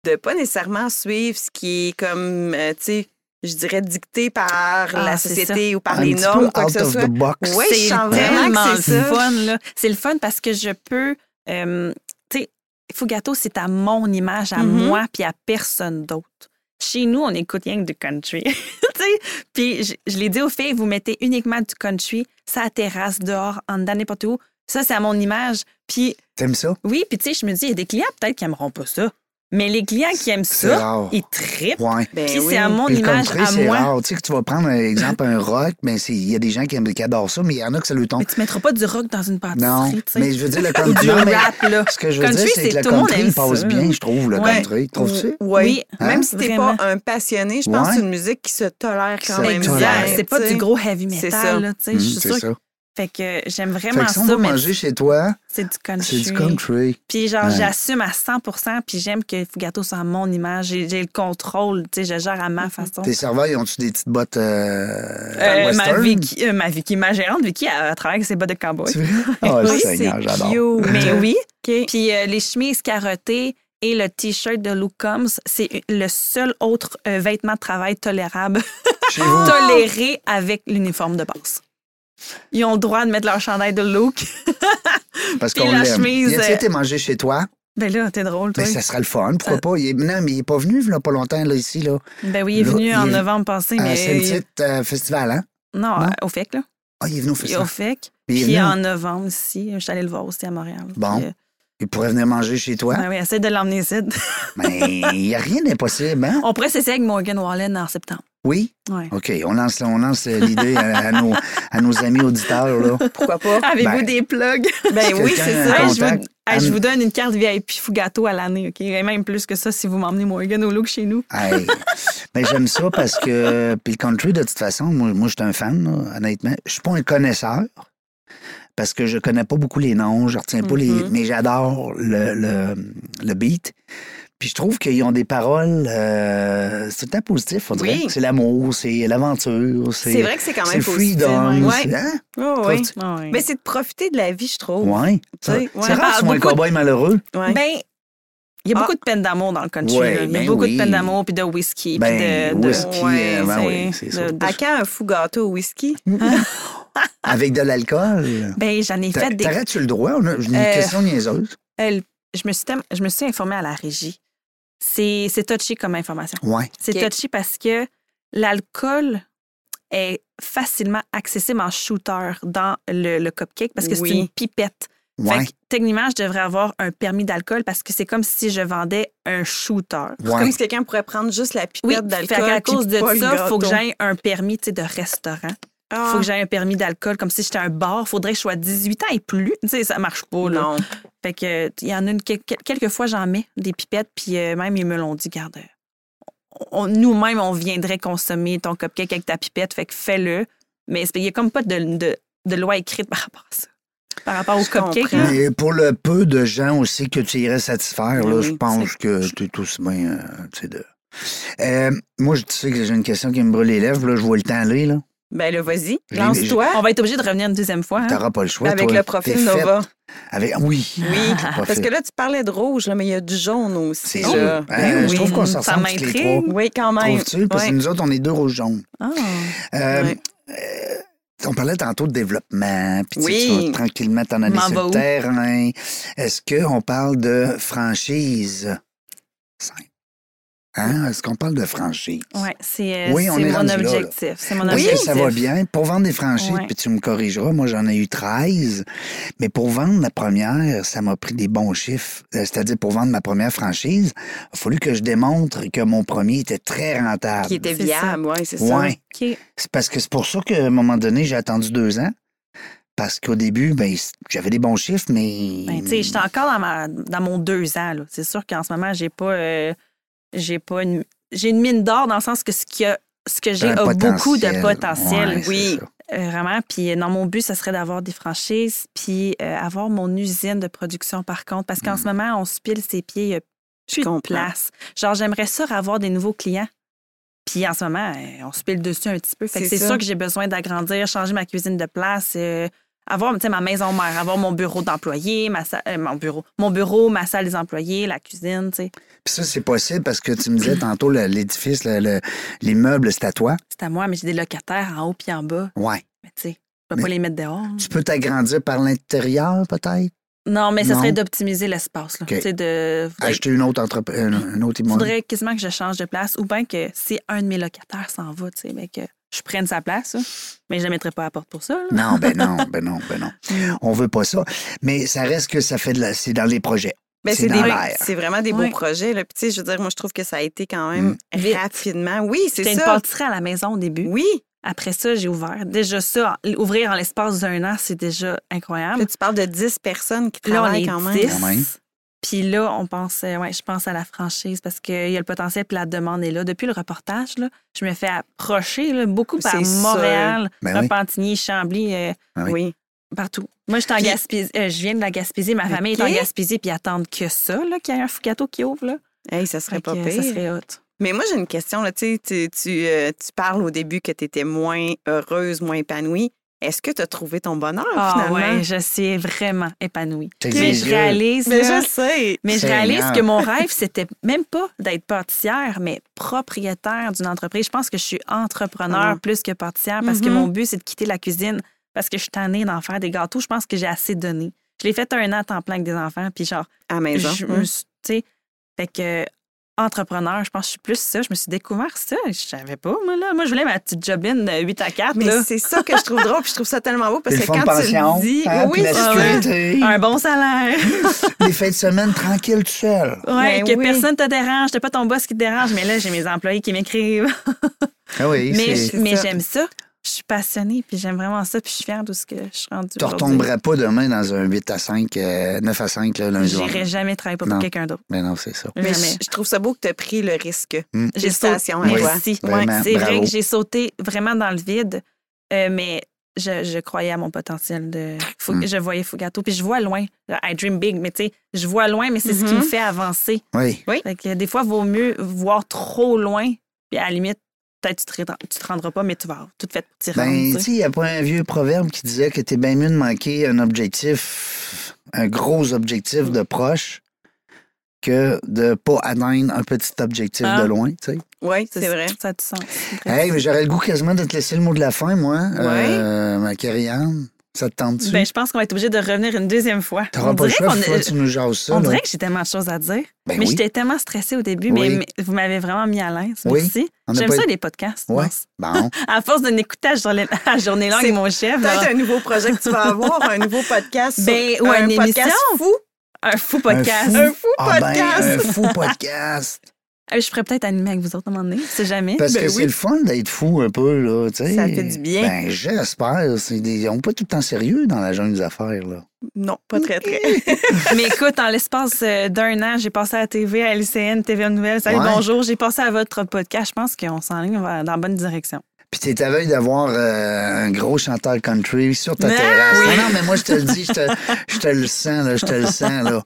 [SPEAKER 3] de pas nécessairement suivre ce qui est comme, euh, tu sais, je dirais dicté par la
[SPEAKER 4] Ah, c'est
[SPEAKER 3] société ou par
[SPEAKER 2] un
[SPEAKER 3] les
[SPEAKER 2] petit
[SPEAKER 3] normes,
[SPEAKER 2] peu
[SPEAKER 3] quoi que
[SPEAKER 2] out
[SPEAKER 3] ce
[SPEAKER 2] of
[SPEAKER 3] soit.
[SPEAKER 2] the box.
[SPEAKER 3] Ouais, je
[SPEAKER 4] c'est
[SPEAKER 3] sens vraiment
[SPEAKER 4] tellement
[SPEAKER 3] que
[SPEAKER 4] le
[SPEAKER 3] c'est ça.
[SPEAKER 4] fun. là. C'est le fun parce que je peux. euh, tu sais, Fugato, c'est à mon image, à
[SPEAKER 3] Mhm.
[SPEAKER 4] moi, puis à personne d'autre. Chez nous, on écoute rien que du country. tu sais, puis je, je l'ai dit aux filles, vous mettez uniquement du country, ça terrasse dehors, en dedans, n'importe où. Ça, c'est à mon image. Puis
[SPEAKER 2] T'aimes ça?
[SPEAKER 4] oui, puis tu sais, je me dis, il y a des clients peut-être qui aimeront pas ça. Mais les clients qui aiment
[SPEAKER 2] C'est
[SPEAKER 4] ça,
[SPEAKER 2] rare.
[SPEAKER 4] ils trippent.
[SPEAKER 2] Ouais.
[SPEAKER 3] Ben
[SPEAKER 4] Puis
[SPEAKER 3] oui.
[SPEAKER 4] c'est à mon
[SPEAKER 2] Puis le
[SPEAKER 4] image,
[SPEAKER 2] country,
[SPEAKER 4] à
[SPEAKER 2] c'est
[SPEAKER 4] moi.
[SPEAKER 2] rare. Tu sais que tu vas prendre, un exemple, un rock, mais c'est- il y a des gens qui, aiment- qui adorent ça, mais il y en a que ça le tombe.
[SPEAKER 4] Mais tu mettras pas du rock dans une pâtisserie,
[SPEAKER 2] Non,
[SPEAKER 4] tu sais.
[SPEAKER 2] mais je veux dire, le
[SPEAKER 4] Ou
[SPEAKER 2] country.
[SPEAKER 4] du
[SPEAKER 2] non, mais
[SPEAKER 4] rap, là.
[SPEAKER 2] Ce que je veux
[SPEAKER 4] Country,
[SPEAKER 2] dire, c'est que
[SPEAKER 4] c'est-
[SPEAKER 2] le
[SPEAKER 4] tout le monde
[SPEAKER 2] country, il
[SPEAKER 4] aime
[SPEAKER 2] passe
[SPEAKER 4] ça.
[SPEAKER 2] bien, je trouve, le
[SPEAKER 4] Ouais.
[SPEAKER 2] country. Trouves-tu?
[SPEAKER 3] Ouais.
[SPEAKER 4] Oui,
[SPEAKER 2] Hein?
[SPEAKER 3] Même si t'es pas
[SPEAKER 4] vraiment.
[SPEAKER 3] un passionné, je pense que
[SPEAKER 2] Ouais.
[SPEAKER 3] c'est une musique qui se tolère quand
[SPEAKER 2] Ça
[SPEAKER 3] même.
[SPEAKER 2] tolère.
[SPEAKER 3] bien,
[SPEAKER 4] Exact. C'est pas
[SPEAKER 3] tu sais.
[SPEAKER 4] du gros heavy
[SPEAKER 3] C'est ça.
[SPEAKER 4] metal, là, tu sais. je
[SPEAKER 2] Hum,
[SPEAKER 4] suis
[SPEAKER 2] C'est
[SPEAKER 4] sûre
[SPEAKER 2] ça.
[SPEAKER 4] que- Fait que j'aime
[SPEAKER 2] Fait
[SPEAKER 4] vraiment
[SPEAKER 2] que si on
[SPEAKER 4] ça,
[SPEAKER 2] va
[SPEAKER 4] mais
[SPEAKER 2] manger chez toi,
[SPEAKER 4] c'est du
[SPEAKER 2] c'est
[SPEAKER 4] country.
[SPEAKER 2] du country.
[SPEAKER 4] Puis genre,
[SPEAKER 2] Ouais.
[SPEAKER 4] j'assume à 100 puis j'aime que Fugato soit à mon image. J'ai j'ai le contrôle, tu sais, je gère à ma façon.
[SPEAKER 2] Mm-hmm. Tes serveurs, ils ont-tu des petites bottes
[SPEAKER 4] Euh,
[SPEAKER 2] euh,
[SPEAKER 4] ma,
[SPEAKER 2] western?
[SPEAKER 4] Vicky, euh, ma Vicky, ma gérante Vicky, elle, elle travaille avec ses bottes de cowboy.
[SPEAKER 2] C'est vrai? Oh,
[SPEAKER 3] Oui,
[SPEAKER 2] Seigneur,
[SPEAKER 3] c'est
[SPEAKER 2] j'adore.
[SPEAKER 3] cute.
[SPEAKER 4] Mais oui,
[SPEAKER 3] OK.
[SPEAKER 4] Puis euh, les chemises carottées et le t-shirt de Luke Combs, c'est le seul autre euh, vêtement de travail tolérable,
[SPEAKER 2] Chez vous.
[SPEAKER 3] Ah!
[SPEAKER 4] toléré avec l'uniforme de base. Ils ont le droit de mettre leur chandail de Luke.
[SPEAKER 2] Parce
[SPEAKER 4] Puis
[SPEAKER 2] qu'on
[SPEAKER 4] la
[SPEAKER 2] l'aime.
[SPEAKER 4] chemise,
[SPEAKER 2] Il a
[SPEAKER 4] euh,
[SPEAKER 2] été mangé chez toi,
[SPEAKER 4] Ben là, t'es drôle, toi.
[SPEAKER 2] ben, ça serait le fun.
[SPEAKER 4] Euh.
[SPEAKER 2] Pourquoi pas? Il est... Non, mais il n'est pas venu, là, pas longtemps, là, ici, là.
[SPEAKER 4] Ben oui, il est
[SPEAKER 2] Là,
[SPEAKER 4] venu
[SPEAKER 2] il
[SPEAKER 4] en
[SPEAKER 2] est-
[SPEAKER 4] novembre passé,
[SPEAKER 2] à
[SPEAKER 4] mais.
[SPEAKER 2] saint
[SPEAKER 4] il-
[SPEAKER 2] petite festival, hein?
[SPEAKER 4] Non,
[SPEAKER 2] Non?
[SPEAKER 4] euh, au FEC, là.
[SPEAKER 2] Ah, il est venu au
[SPEAKER 4] Il est Au
[SPEAKER 2] festival.
[SPEAKER 4] FEC.
[SPEAKER 2] Il est
[SPEAKER 4] Puis
[SPEAKER 2] venu.
[SPEAKER 4] en novembre ici. Je suis allée le voir aussi à Montréal.
[SPEAKER 2] Bon.
[SPEAKER 4] Puis, euh,
[SPEAKER 2] Il pourrait venir manger chez toi.
[SPEAKER 4] ben oui, essaye de l'emmener ici.
[SPEAKER 2] Mais il n'y a rien d'impossible, hein?
[SPEAKER 4] On pourrait s'essayer avec Morgan Wallen en septembre.
[SPEAKER 2] Oui?
[SPEAKER 4] Ouais.
[SPEAKER 2] OK, on lance, on lance l'idée à, à nos, à nos amis auditeurs, là.
[SPEAKER 3] Pourquoi pas?
[SPEAKER 4] Avez-vous
[SPEAKER 2] Ben,
[SPEAKER 4] des plugs?
[SPEAKER 3] Ben oui,
[SPEAKER 2] quelqu'un
[SPEAKER 3] c'est
[SPEAKER 2] a
[SPEAKER 3] ça.
[SPEAKER 2] un
[SPEAKER 4] Hey, je, vous,
[SPEAKER 2] contact.
[SPEAKER 4] hey, je
[SPEAKER 2] Anne-
[SPEAKER 4] vous donne une carte VIP Fugato à l'année, OK? Et même plus que ça si vous m'emmenez Morgan au look chez nous.
[SPEAKER 2] Hey. Mais j'aime ça parce que. Puis le country, de toute façon, moi, moi je suis un fan, là, honnêtement. Je suis pas un connaisseur parce que je connais pas beaucoup les noms, je retiens pas les.
[SPEAKER 3] Mhm.
[SPEAKER 2] Mais j'adore le, le, le beat. Puis je trouve qu'ils ont des paroles. euh, c'est tout le temps positif, on dirait.
[SPEAKER 3] Oui.
[SPEAKER 2] C'est l'amour, c'est l'aventure, c'est.
[SPEAKER 3] C'est vrai que c'est quand
[SPEAKER 2] C'est
[SPEAKER 3] même
[SPEAKER 2] le
[SPEAKER 3] positif.
[SPEAKER 2] freedom.
[SPEAKER 3] Ouais.
[SPEAKER 2] c'est- hein?
[SPEAKER 3] Ouais, ouais.
[SPEAKER 2] Trouves-tu?
[SPEAKER 4] Ah ouais.
[SPEAKER 3] Mais Ben, c'est de profiter de la vie, je trouve.
[SPEAKER 2] Mm. Ouais. Ça-
[SPEAKER 3] Tu sais, ouais.
[SPEAKER 2] C'est rare que tu
[SPEAKER 4] parle
[SPEAKER 2] sois un
[SPEAKER 4] beaucoup de-
[SPEAKER 2] cowboy malheureux.
[SPEAKER 3] Ouais.
[SPEAKER 4] Ben, il y a
[SPEAKER 3] Ah.
[SPEAKER 4] beaucoup de peine d'amour dans le country.
[SPEAKER 2] Ouais,
[SPEAKER 4] là. Il y a
[SPEAKER 2] ben
[SPEAKER 4] beaucoup
[SPEAKER 2] oui.
[SPEAKER 4] de peine d'amour, puis de whisky,
[SPEAKER 2] Ben,
[SPEAKER 4] puis de... de-
[SPEAKER 2] whisky,
[SPEAKER 3] ouais,
[SPEAKER 2] euh, ben
[SPEAKER 4] c'est-
[SPEAKER 2] oui, c'est ça.
[SPEAKER 4] de- de-
[SPEAKER 3] à quand un fou gâteau au whisky? Ah.
[SPEAKER 2] Avec de l'alcool.
[SPEAKER 4] Ben, j'en ai
[SPEAKER 2] T'a-
[SPEAKER 4] fait des...
[SPEAKER 2] T'arrêtes-tu le droit? On a j'ai une
[SPEAKER 4] Euh,
[SPEAKER 2] question niaiseuse.
[SPEAKER 4] Elle- je, me suis, tem- je me suis informée à la régie. C'est c'est touché comme information.
[SPEAKER 2] Ouais.
[SPEAKER 4] C'est
[SPEAKER 3] Ok.
[SPEAKER 4] touché parce que l'alcool est facilement accessible en shooter dans le, le cupcake parce que
[SPEAKER 3] Oui.
[SPEAKER 4] c'est une pipette.
[SPEAKER 2] Ouais.
[SPEAKER 4] Fait que, techniquement, je devrais avoir un permis d'alcool parce que c'est comme si je vendais un shooter.
[SPEAKER 2] ouais.
[SPEAKER 3] Comme si quelqu'un pourrait prendre juste la pipette
[SPEAKER 4] Oui, fait
[SPEAKER 3] d'alcool.
[SPEAKER 4] qu'à
[SPEAKER 3] puis
[SPEAKER 4] cause de
[SPEAKER 3] pas le
[SPEAKER 4] ça, il faut que
[SPEAKER 3] gâteau.
[SPEAKER 4] j'aille un permis tu sais, de restaurant.
[SPEAKER 3] Ah,
[SPEAKER 4] faut que j'aie un permis d'alcool comme si j'étais un bar. Faudrait que je sois 18 ans et plus. Tu sais, ça marche pas, là.
[SPEAKER 3] Non.
[SPEAKER 4] Fait que, euh, il y en a une, quel- quel- quelques fois, j'en mets des pipettes, puis euh, même, ils me l'ont dit, garde, euh, on- nous-mêmes, on viendrait consommer ton cupcake avec ta pipette, fait que fais-le. Mais c'est- il n'y a comme pas de, de- de loi écrite par rapport à ça. Par rapport au
[SPEAKER 3] Je
[SPEAKER 4] cupcake,
[SPEAKER 3] comprends.
[SPEAKER 4] là.
[SPEAKER 2] Mais pour le peu de gens aussi que tu irais satisfaire, là,
[SPEAKER 3] Ben Oui,
[SPEAKER 2] je
[SPEAKER 3] c'est-
[SPEAKER 2] pense que tu es tous bien. euh, tu sais, de... Euh, moi, je- tu sais que j'ai une question qui me brûle les lèvres. Là, je vois le temps aller. Là.
[SPEAKER 3] Ben, le vas-y.
[SPEAKER 2] Je l'ai-
[SPEAKER 4] on
[SPEAKER 3] Lance-toi
[SPEAKER 4] va être obligé de revenir une deuxième fois. hein.
[SPEAKER 2] T'auras pas le choix.
[SPEAKER 3] avec
[SPEAKER 2] Ah, toi.
[SPEAKER 3] le
[SPEAKER 2] T'es
[SPEAKER 3] profil
[SPEAKER 2] faite Ah,
[SPEAKER 3] Nova.
[SPEAKER 2] Avec... Oui.
[SPEAKER 3] Oui,
[SPEAKER 2] le
[SPEAKER 3] parce
[SPEAKER 2] profil.
[SPEAKER 3] que là, tu parlais de rouge, là, mais il y a du jaune
[SPEAKER 2] C'est
[SPEAKER 3] aussi.
[SPEAKER 2] sûr.
[SPEAKER 3] là.
[SPEAKER 2] Hein,
[SPEAKER 3] Ben
[SPEAKER 2] Je
[SPEAKER 3] oui.
[SPEAKER 2] trouve qu'on
[SPEAKER 4] Ça
[SPEAKER 2] s'en sort tous les
[SPEAKER 4] m'intrigue.
[SPEAKER 2] trois.
[SPEAKER 3] Oui, quand même.
[SPEAKER 2] Trouves-tu? Parce que
[SPEAKER 3] Ouais.
[SPEAKER 2] nous autres, on est deux rouges jaunes.
[SPEAKER 4] Ah.
[SPEAKER 2] Euh,
[SPEAKER 3] Ouais.
[SPEAKER 2] euh, on parlait tantôt de développement, puis tu sais,
[SPEAKER 3] Oui.
[SPEAKER 2] tu vas tranquillement t'en aller
[SPEAKER 4] M'en
[SPEAKER 2] sur
[SPEAKER 4] va
[SPEAKER 2] le
[SPEAKER 4] où?
[SPEAKER 2] terrain. Est-ce qu'on parle de franchise? Simple. Hein? Est-ce qu'on parle de franchise?
[SPEAKER 4] Ouais, c'est euh,
[SPEAKER 2] Oui, on
[SPEAKER 4] c'est
[SPEAKER 2] est
[SPEAKER 4] mon
[SPEAKER 2] rendu là, là.
[SPEAKER 4] objectif. C'est mon
[SPEAKER 2] Parce
[SPEAKER 4] objectif.
[SPEAKER 2] que ça va bien. Pour vendre des franchises,
[SPEAKER 4] Ouais.
[SPEAKER 2] puis tu me corrigeras, moi j'en ai eu 13. Mais pour vendre ma première, ça m'a pris des bons chiffres. Euh, C'est-à-dire pour vendre ma première franchise, il a fallu que je démontre que mon premier était très rentable.
[SPEAKER 3] Qui était
[SPEAKER 4] C'est
[SPEAKER 3] viable, oui, c'est ça.
[SPEAKER 2] Ouais.
[SPEAKER 4] OK.
[SPEAKER 2] C'est parce que c'est pour ça qu'à un moment donné, j'ai attendu deux ans. Parce qu'au début, ben, j'avais des bons chiffres, mais.
[SPEAKER 4] Ben, tu sais, j'étais encore dans, ma, dans mon deux ans. là. C'est sûr qu'en ce moment, j'ai pas, euh, j'ai pas une, j'ai une mine d'or dans le sens que ce qu'il y a- ce que j'ai
[SPEAKER 2] Un
[SPEAKER 4] a beaucoup de
[SPEAKER 2] potentiel.
[SPEAKER 4] potentiel,
[SPEAKER 2] Ouais, c'est
[SPEAKER 4] oui,
[SPEAKER 2] ça.
[SPEAKER 4] Euh, vraiment. Puis euh, dans mon but, ça serait d'avoir des franchises, puis euh, avoir mon usine de production par contre, parce qu'en
[SPEAKER 2] Mm.
[SPEAKER 4] ce moment, on se pile ses pieds, il n'y a plus de
[SPEAKER 3] Mm-hmm. comprends.
[SPEAKER 4] place. Genre, j'aimerais ça avoir des nouveaux clients. Puis en ce moment, euh, on se pile dessus un petit peu. Fait que
[SPEAKER 3] C'est
[SPEAKER 4] c'est
[SPEAKER 3] ça.
[SPEAKER 4] sûr que j'ai besoin d'agrandir, changer ma cuisine de place, euh, avoir tu sais, ma maison mère, avoir mon bureau d'employés, ma sa- euh, mon bureau, mon bureau, ma salle des employés, la cuisine, tu sais.
[SPEAKER 2] Puis ça, c'est possible parce que tu me disais tantôt le- l'édifice, le- le- l'immeuble, c'est à toi.
[SPEAKER 4] C'est à moi, mais j'ai des locataires en haut puis en bas.
[SPEAKER 2] Ouais.
[SPEAKER 4] Mais tu sais, je peux
[SPEAKER 2] Mais-
[SPEAKER 4] pas les mettre dehors. hein.
[SPEAKER 2] Tu peux t'agrandir par l'intérieur, peut-être?
[SPEAKER 4] Non, mais ça
[SPEAKER 2] Non.
[SPEAKER 4] serait d'optimiser l'espace. là.
[SPEAKER 2] OK.
[SPEAKER 4] Tu sais, de. faudrait-
[SPEAKER 2] Acheter une autre entreprise, un, un autre immeuble.
[SPEAKER 4] Ben, faudrait quasiment que je change de place ou bien que si un de mes locataires s'en va, tu sais, mais que je prenne sa place, là. mais je ne mettrai pas à la porte pour ça. là.
[SPEAKER 2] Non, ben non, ben non, ben
[SPEAKER 4] Mm.
[SPEAKER 2] non. On veut pas ça. Mais ça reste que ça fait de la. C'est dans les projets.
[SPEAKER 3] Ben,
[SPEAKER 2] C'est
[SPEAKER 3] c'est
[SPEAKER 2] dans
[SPEAKER 3] des-
[SPEAKER 2] l'air.
[SPEAKER 3] c'est vraiment des beaux
[SPEAKER 4] Ouais.
[SPEAKER 3] projets. Là. Puis, tu sais, je veux dire, moi, je trouve que ça a été quand même
[SPEAKER 2] Mm.
[SPEAKER 4] Vite.
[SPEAKER 3] rapidement. Oui,
[SPEAKER 4] C'était
[SPEAKER 3] c'est
[SPEAKER 4] une
[SPEAKER 3] ça.
[SPEAKER 4] pâtisserie à la maison au début.
[SPEAKER 3] Oui.
[SPEAKER 4] Après ça, j'ai ouvert. Déjà ça, en- ouvrir en l'espace d'un an, c'est déjà incroyable.
[SPEAKER 3] Là, tu parles de 10 personnes qui
[SPEAKER 4] Ah. Là, on
[SPEAKER 3] travaillent
[SPEAKER 4] est
[SPEAKER 3] quand même.
[SPEAKER 4] 10.
[SPEAKER 2] Quand même.
[SPEAKER 4] Puis là, on pense, euh, ouais, je pense à la franchise parce qu'il y a le potentiel puis la demande est là. Depuis le reportage, là, je me fais approcher là, beaucoup par
[SPEAKER 3] C'est sûr.
[SPEAKER 4] Montréal,
[SPEAKER 2] Ben oui.
[SPEAKER 4] Repentigny, Chambly, euh,
[SPEAKER 2] Ah oui.
[SPEAKER 3] Oui.
[SPEAKER 4] Partout. Moi, je suis en
[SPEAKER 3] Puis-
[SPEAKER 4] Gaspésie. euh, je viens de la Gaspésie. Ma famille est
[SPEAKER 3] Ok.
[SPEAKER 4] en Gaspésie, puis ils attendent que ça, là, qu'il y ait un gâteau qui ouvre. Là.
[SPEAKER 3] Hey, ça serait
[SPEAKER 4] Fait
[SPEAKER 3] pas
[SPEAKER 4] que, euh,
[SPEAKER 3] pire.
[SPEAKER 4] Ça serait hot.
[SPEAKER 3] Mais moi, j'ai une question. Là. Tu, sais, tu, tu, euh, tu parles au début que tu étais moins heureuse, moins épanouie. Est-ce que tu as trouvé ton bonheur
[SPEAKER 4] Ah
[SPEAKER 3] finalement?
[SPEAKER 4] ouais, je suis vraiment épanouie.
[SPEAKER 2] T'as
[SPEAKER 4] Tu sais,
[SPEAKER 2] les
[SPEAKER 4] je
[SPEAKER 2] yeux.
[SPEAKER 4] réalise,
[SPEAKER 3] Mais
[SPEAKER 4] là,
[SPEAKER 3] je sais.
[SPEAKER 4] mais je
[SPEAKER 2] Seigneur.
[SPEAKER 4] réalise que mon rêve, c'était même pas d'être pâtissière, mais propriétaire d'une entreprise. Je pense que je suis entrepreneur
[SPEAKER 3] Ah.
[SPEAKER 4] plus que pâtissière parce que
[SPEAKER 3] Mhm.
[SPEAKER 4] mon but, c'est de quitter la cuisine parce que je suis tannée d'en faire des gâteaux. Je pense que j'ai assez donné. Je l'ai fait un an à temps plein avec des enfants, puis genre,
[SPEAKER 3] À maison.
[SPEAKER 4] Je
[SPEAKER 3] Hum.
[SPEAKER 4] me suis- tu sais, fait que entrepreneur, je pense que je suis plus ça. Je me suis découvert ça. Je savais pas, moi, là. Moi, je voulais ma petite jobine de 8 à 4,
[SPEAKER 3] Mais
[SPEAKER 4] là.
[SPEAKER 3] c'est ça que je trouve drôle, puis je trouve ça tellement beau parce
[SPEAKER 2] Puis
[SPEAKER 3] que
[SPEAKER 2] le fonds
[SPEAKER 3] quand
[SPEAKER 2] de
[SPEAKER 3] tu le
[SPEAKER 2] pension,
[SPEAKER 3] dis,
[SPEAKER 2] hein, puis
[SPEAKER 3] oui,
[SPEAKER 2] la
[SPEAKER 3] c'est
[SPEAKER 4] ouais.
[SPEAKER 2] sécurité,
[SPEAKER 4] Un bon salaire.
[SPEAKER 2] les fins de semaine tranquilles tout seul.
[SPEAKER 4] Ouais,
[SPEAKER 3] Ben
[SPEAKER 4] que
[SPEAKER 3] oui.
[SPEAKER 4] personne te dérange. T'as pas ton boss qui te dérange, mais là, j'ai mes employés qui m'écrivent.
[SPEAKER 2] Ah oui,
[SPEAKER 4] Mais,
[SPEAKER 2] c'est-
[SPEAKER 4] je- mais
[SPEAKER 3] ça.
[SPEAKER 4] j'aime ça. Je suis passionnée, puis j'aime vraiment ça, puis je suis fière de ce que je suis rendue.
[SPEAKER 2] Tu retomberas pas demain dans un 8 à 5, euh, 9 à 5 là, lundi. au
[SPEAKER 4] J'irai
[SPEAKER 2] vendredi.
[SPEAKER 4] jamais travailler pour
[SPEAKER 2] Non.
[SPEAKER 4] quelqu'un d'autre.
[SPEAKER 2] Mais non, c'est ça.
[SPEAKER 3] Mais
[SPEAKER 4] Jamais.
[SPEAKER 3] je, je trouve ça beau que tu as pris le risque.
[SPEAKER 2] Mm.
[SPEAKER 4] J'ai
[SPEAKER 3] Félicitations à
[SPEAKER 2] Oui.
[SPEAKER 3] toi.
[SPEAKER 4] Merci.
[SPEAKER 2] Vraiment,
[SPEAKER 4] Ouais, c'est vrai
[SPEAKER 2] bravo.
[SPEAKER 4] que j'ai sauté vraiment dans le vide, euh, mais je, je croyais à mon potentiel de. Fou-
[SPEAKER 2] Mm.
[SPEAKER 4] Je voyais Fugato, puis je vois loin. I dream big, mais tu sais, je vois loin, mais c'est ce qui
[SPEAKER 3] Mhm.
[SPEAKER 4] me fait avancer.
[SPEAKER 2] Oui.
[SPEAKER 4] Fait que des fois, vaut mieux voir trop loin, puis à la limite, peut-être tu, te ré- tu te rendras pas, mais tu vas tout fait pour t'y rendre.
[SPEAKER 2] Ben, tu
[SPEAKER 4] tu sais.
[SPEAKER 2] sais, il y a pas un vieux proverbe qui disait que t'es bien mieux de manquer un objectif, un gros objectif de proche, que de pas atteindre un petit objectif
[SPEAKER 4] Ah.
[SPEAKER 2] de loin, tu sais.
[SPEAKER 3] Oui, c'est vrai.
[SPEAKER 4] Ça a du sens.
[SPEAKER 2] Hey, mais j'aurais le goût quasiment de te laisser le mot de la fin, moi, euh, ma Karianne. Ça te tente-tu?
[SPEAKER 4] Ben, je pense qu'on va être obligé de revenir une deuxième fois.
[SPEAKER 2] T'auras
[SPEAKER 4] On
[SPEAKER 2] pas le
[SPEAKER 4] dirait
[SPEAKER 2] choix,
[SPEAKER 4] qu'on a-
[SPEAKER 2] faut que tu nous jases ça.
[SPEAKER 4] on
[SPEAKER 2] là.
[SPEAKER 4] dirait que j'ai tellement de choses à dire.
[SPEAKER 2] Ben
[SPEAKER 4] mais
[SPEAKER 2] oui.
[SPEAKER 4] j'étais tellement stressée au début,
[SPEAKER 2] Oui.
[SPEAKER 4] mais, mais vous m'avez vraiment mis à l'aise.
[SPEAKER 2] Oui.
[SPEAKER 4] Merci.
[SPEAKER 2] On n'a
[SPEAKER 4] J'aime
[SPEAKER 2] pas
[SPEAKER 4] ça,
[SPEAKER 2] eu-
[SPEAKER 4] les podcasts.
[SPEAKER 2] Ouais.
[SPEAKER 4] Merci.
[SPEAKER 2] Bon.
[SPEAKER 4] À force d'un écoutage à journée, à journée longue
[SPEAKER 3] C'est
[SPEAKER 4] avec mon chef,
[SPEAKER 3] Peut-être
[SPEAKER 4] là,
[SPEAKER 3] un nouveau projet que tu vas avoir, un nouveau podcast. sur-
[SPEAKER 4] Ben, ou
[SPEAKER 3] un
[SPEAKER 4] une
[SPEAKER 3] podcast
[SPEAKER 4] émission.
[SPEAKER 3] fou.
[SPEAKER 4] un fou podcast.
[SPEAKER 2] Un
[SPEAKER 3] Un fou
[SPEAKER 2] Ah ben,
[SPEAKER 3] podcast.
[SPEAKER 2] un fou podcast.
[SPEAKER 4] Euh, Je ferais peut-être animer avec vous autres à un moment donné, c'est jamais.
[SPEAKER 2] Parce
[SPEAKER 3] Ben
[SPEAKER 2] que
[SPEAKER 3] oui.
[SPEAKER 2] c'est le fun d'être fou un peu, là, tu sais.
[SPEAKER 3] Ça fait du bien.
[SPEAKER 2] Ben, j'espère. C'est des- On n'est pas tout le temps sérieux dans la jungle des affaires, là.
[SPEAKER 3] Non, pas très, très.
[SPEAKER 4] Mais écoute, en l'espace euh, d'un an, j'ai passé à la TV, à LCN, TVA Nouvelle, salut,
[SPEAKER 2] Ouais.
[SPEAKER 4] bonjour, j'ai passé à votre podcast. Je pense qu'on s'enligne vers- dans la bonne direction.
[SPEAKER 2] Puis t'es à veille d'avoir euh, un gros chanteur country sur ta
[SPEAKER 4] Ah,
[SPEAKER 2] terrasse.
[SPEAKER 4] oui.
[SPEAKER 2] Non, non, mais moi, je te le dis, je te, je te le sens, là, je te le sens, là.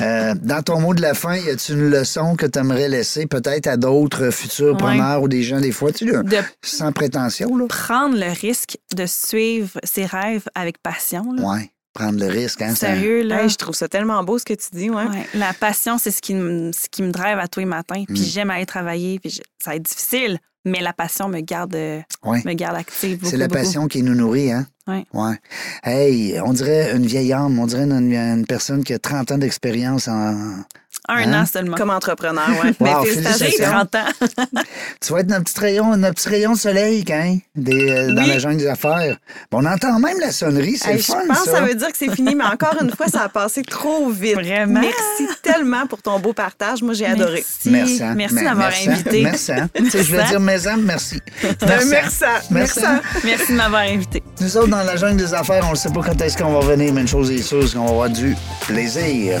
[SPEAKER 2] Euh, dans ton mot de la fin, y a-tu une leçon que t'aimerais laisser peut-être à d'autres futurs
[SPEAKER 4] Ouais.
[SPEAKER 2] preneurs ou des gens, des fois, tu sais, là,
[SPEAKER 4] De
[SPEAKER 2] sans prétention, là?
[SPEAKER 4] prendre le risque de suivre ses rêves avec passion. là.
[SPEAKER 2] Ouais, prendre le risque, hein. ça-
[SPEAKER 4] Sérieux, là.
[SPEAKER 3] Hey, Ben, je trouve ça tellement beau ce que tu dis, ouais.
[SPEAKER 2] hein?
[SPEAKER 4] Ouais, La passion, c'est ce qui, me, ce qui me drive à tous les matins. Puis
[SPEAKER 2] Mm.
[SPEAKER 4] j'aime aller travailler. Puis je- ça va être difficile, mais la passion me garde, euh,
[SPEAKER 2] Ouais.
[SPEAKER 4] me garde active. beaucoup,
[SPEAKER 2] C'est la
[SPEAKER 4] beaucoup.
[SPEAKER 2] passion qui nous nourrit, hein?
[SPEAKER 4] Ouais.
[SPEAKER 2] Hey, on dirait une vieille âme, on dirait une, une personne qui a 30 ans d'expérience en.
[SPEAKER 4] Un
[SPEAKER 2] Hein?
[SPEAKER 4] an seulement.
[SPEAKER 3] Comme entrepreneur, ouais.
[SPEAKER 2] Wow,
[SPEAKER 3] Mais
[SPEAKER 4] J'ai
[SPEAKER 2] félicitations.
[SPEAKER 3] félicitations.
[SPEAKER 4] 30 ans.
[SPEAKER 2] Tu vas être notre petit rayon, notre petit rayon de soleil, hein? Des, euh, Dans
[SPEAKER 4] Oui.
[SPEAKER 2] la jungle des affaires. Ben, on entend même la sonnerie, c'est
[SPEAKER 3] Hey,
[SPEAKER 2] le
[SPEAKER 3] je
[SPEAKER 2] fun,
[SPEAKER 3] pense que
[SPEAKER 2] ça.
[SPEAKER 3] ça veut dire que c'est fini, mais encore une fois, ça a passé trop vite.
[SPEAKER 4] Vraiment?
[SPEAKER 3] Merci tellement pour ton beau partage. Moi, j'ai adoré.
[SPEAKER 4] Merci,
[SPEAKER 2] Merci, hein?
[SPEAKER 4] Merci
[SPEAKER 2] Me-
[SPEAKER 4] d'avoir
[SPEAKER 2] merci, hein?
[SPEAKER 4] invité.
[SPEAKER 2] Merci. hein? Tu sais, je voulais
[SPEAKER 4] Merci. Ben,
[SPEAKER 2] dire mes âmes, merci.
[SPEAKER 3] Euh,
[SPEAKER 2] hein?
[SPEAKER 3] Merci.
[SPEAKER 2] Merci.
[SPEAKER 3] Merci.
[SPEAKER 2] hein?
[SPEAKER 4] Merci de m'avoir invité.
[SPEAKER 2] Nous autres, dans la jungle des affaires, on ne sait pas quand est-ce qu'on va revenir, mais une chose est sûre, c'est qu'on va avoir du plaisir.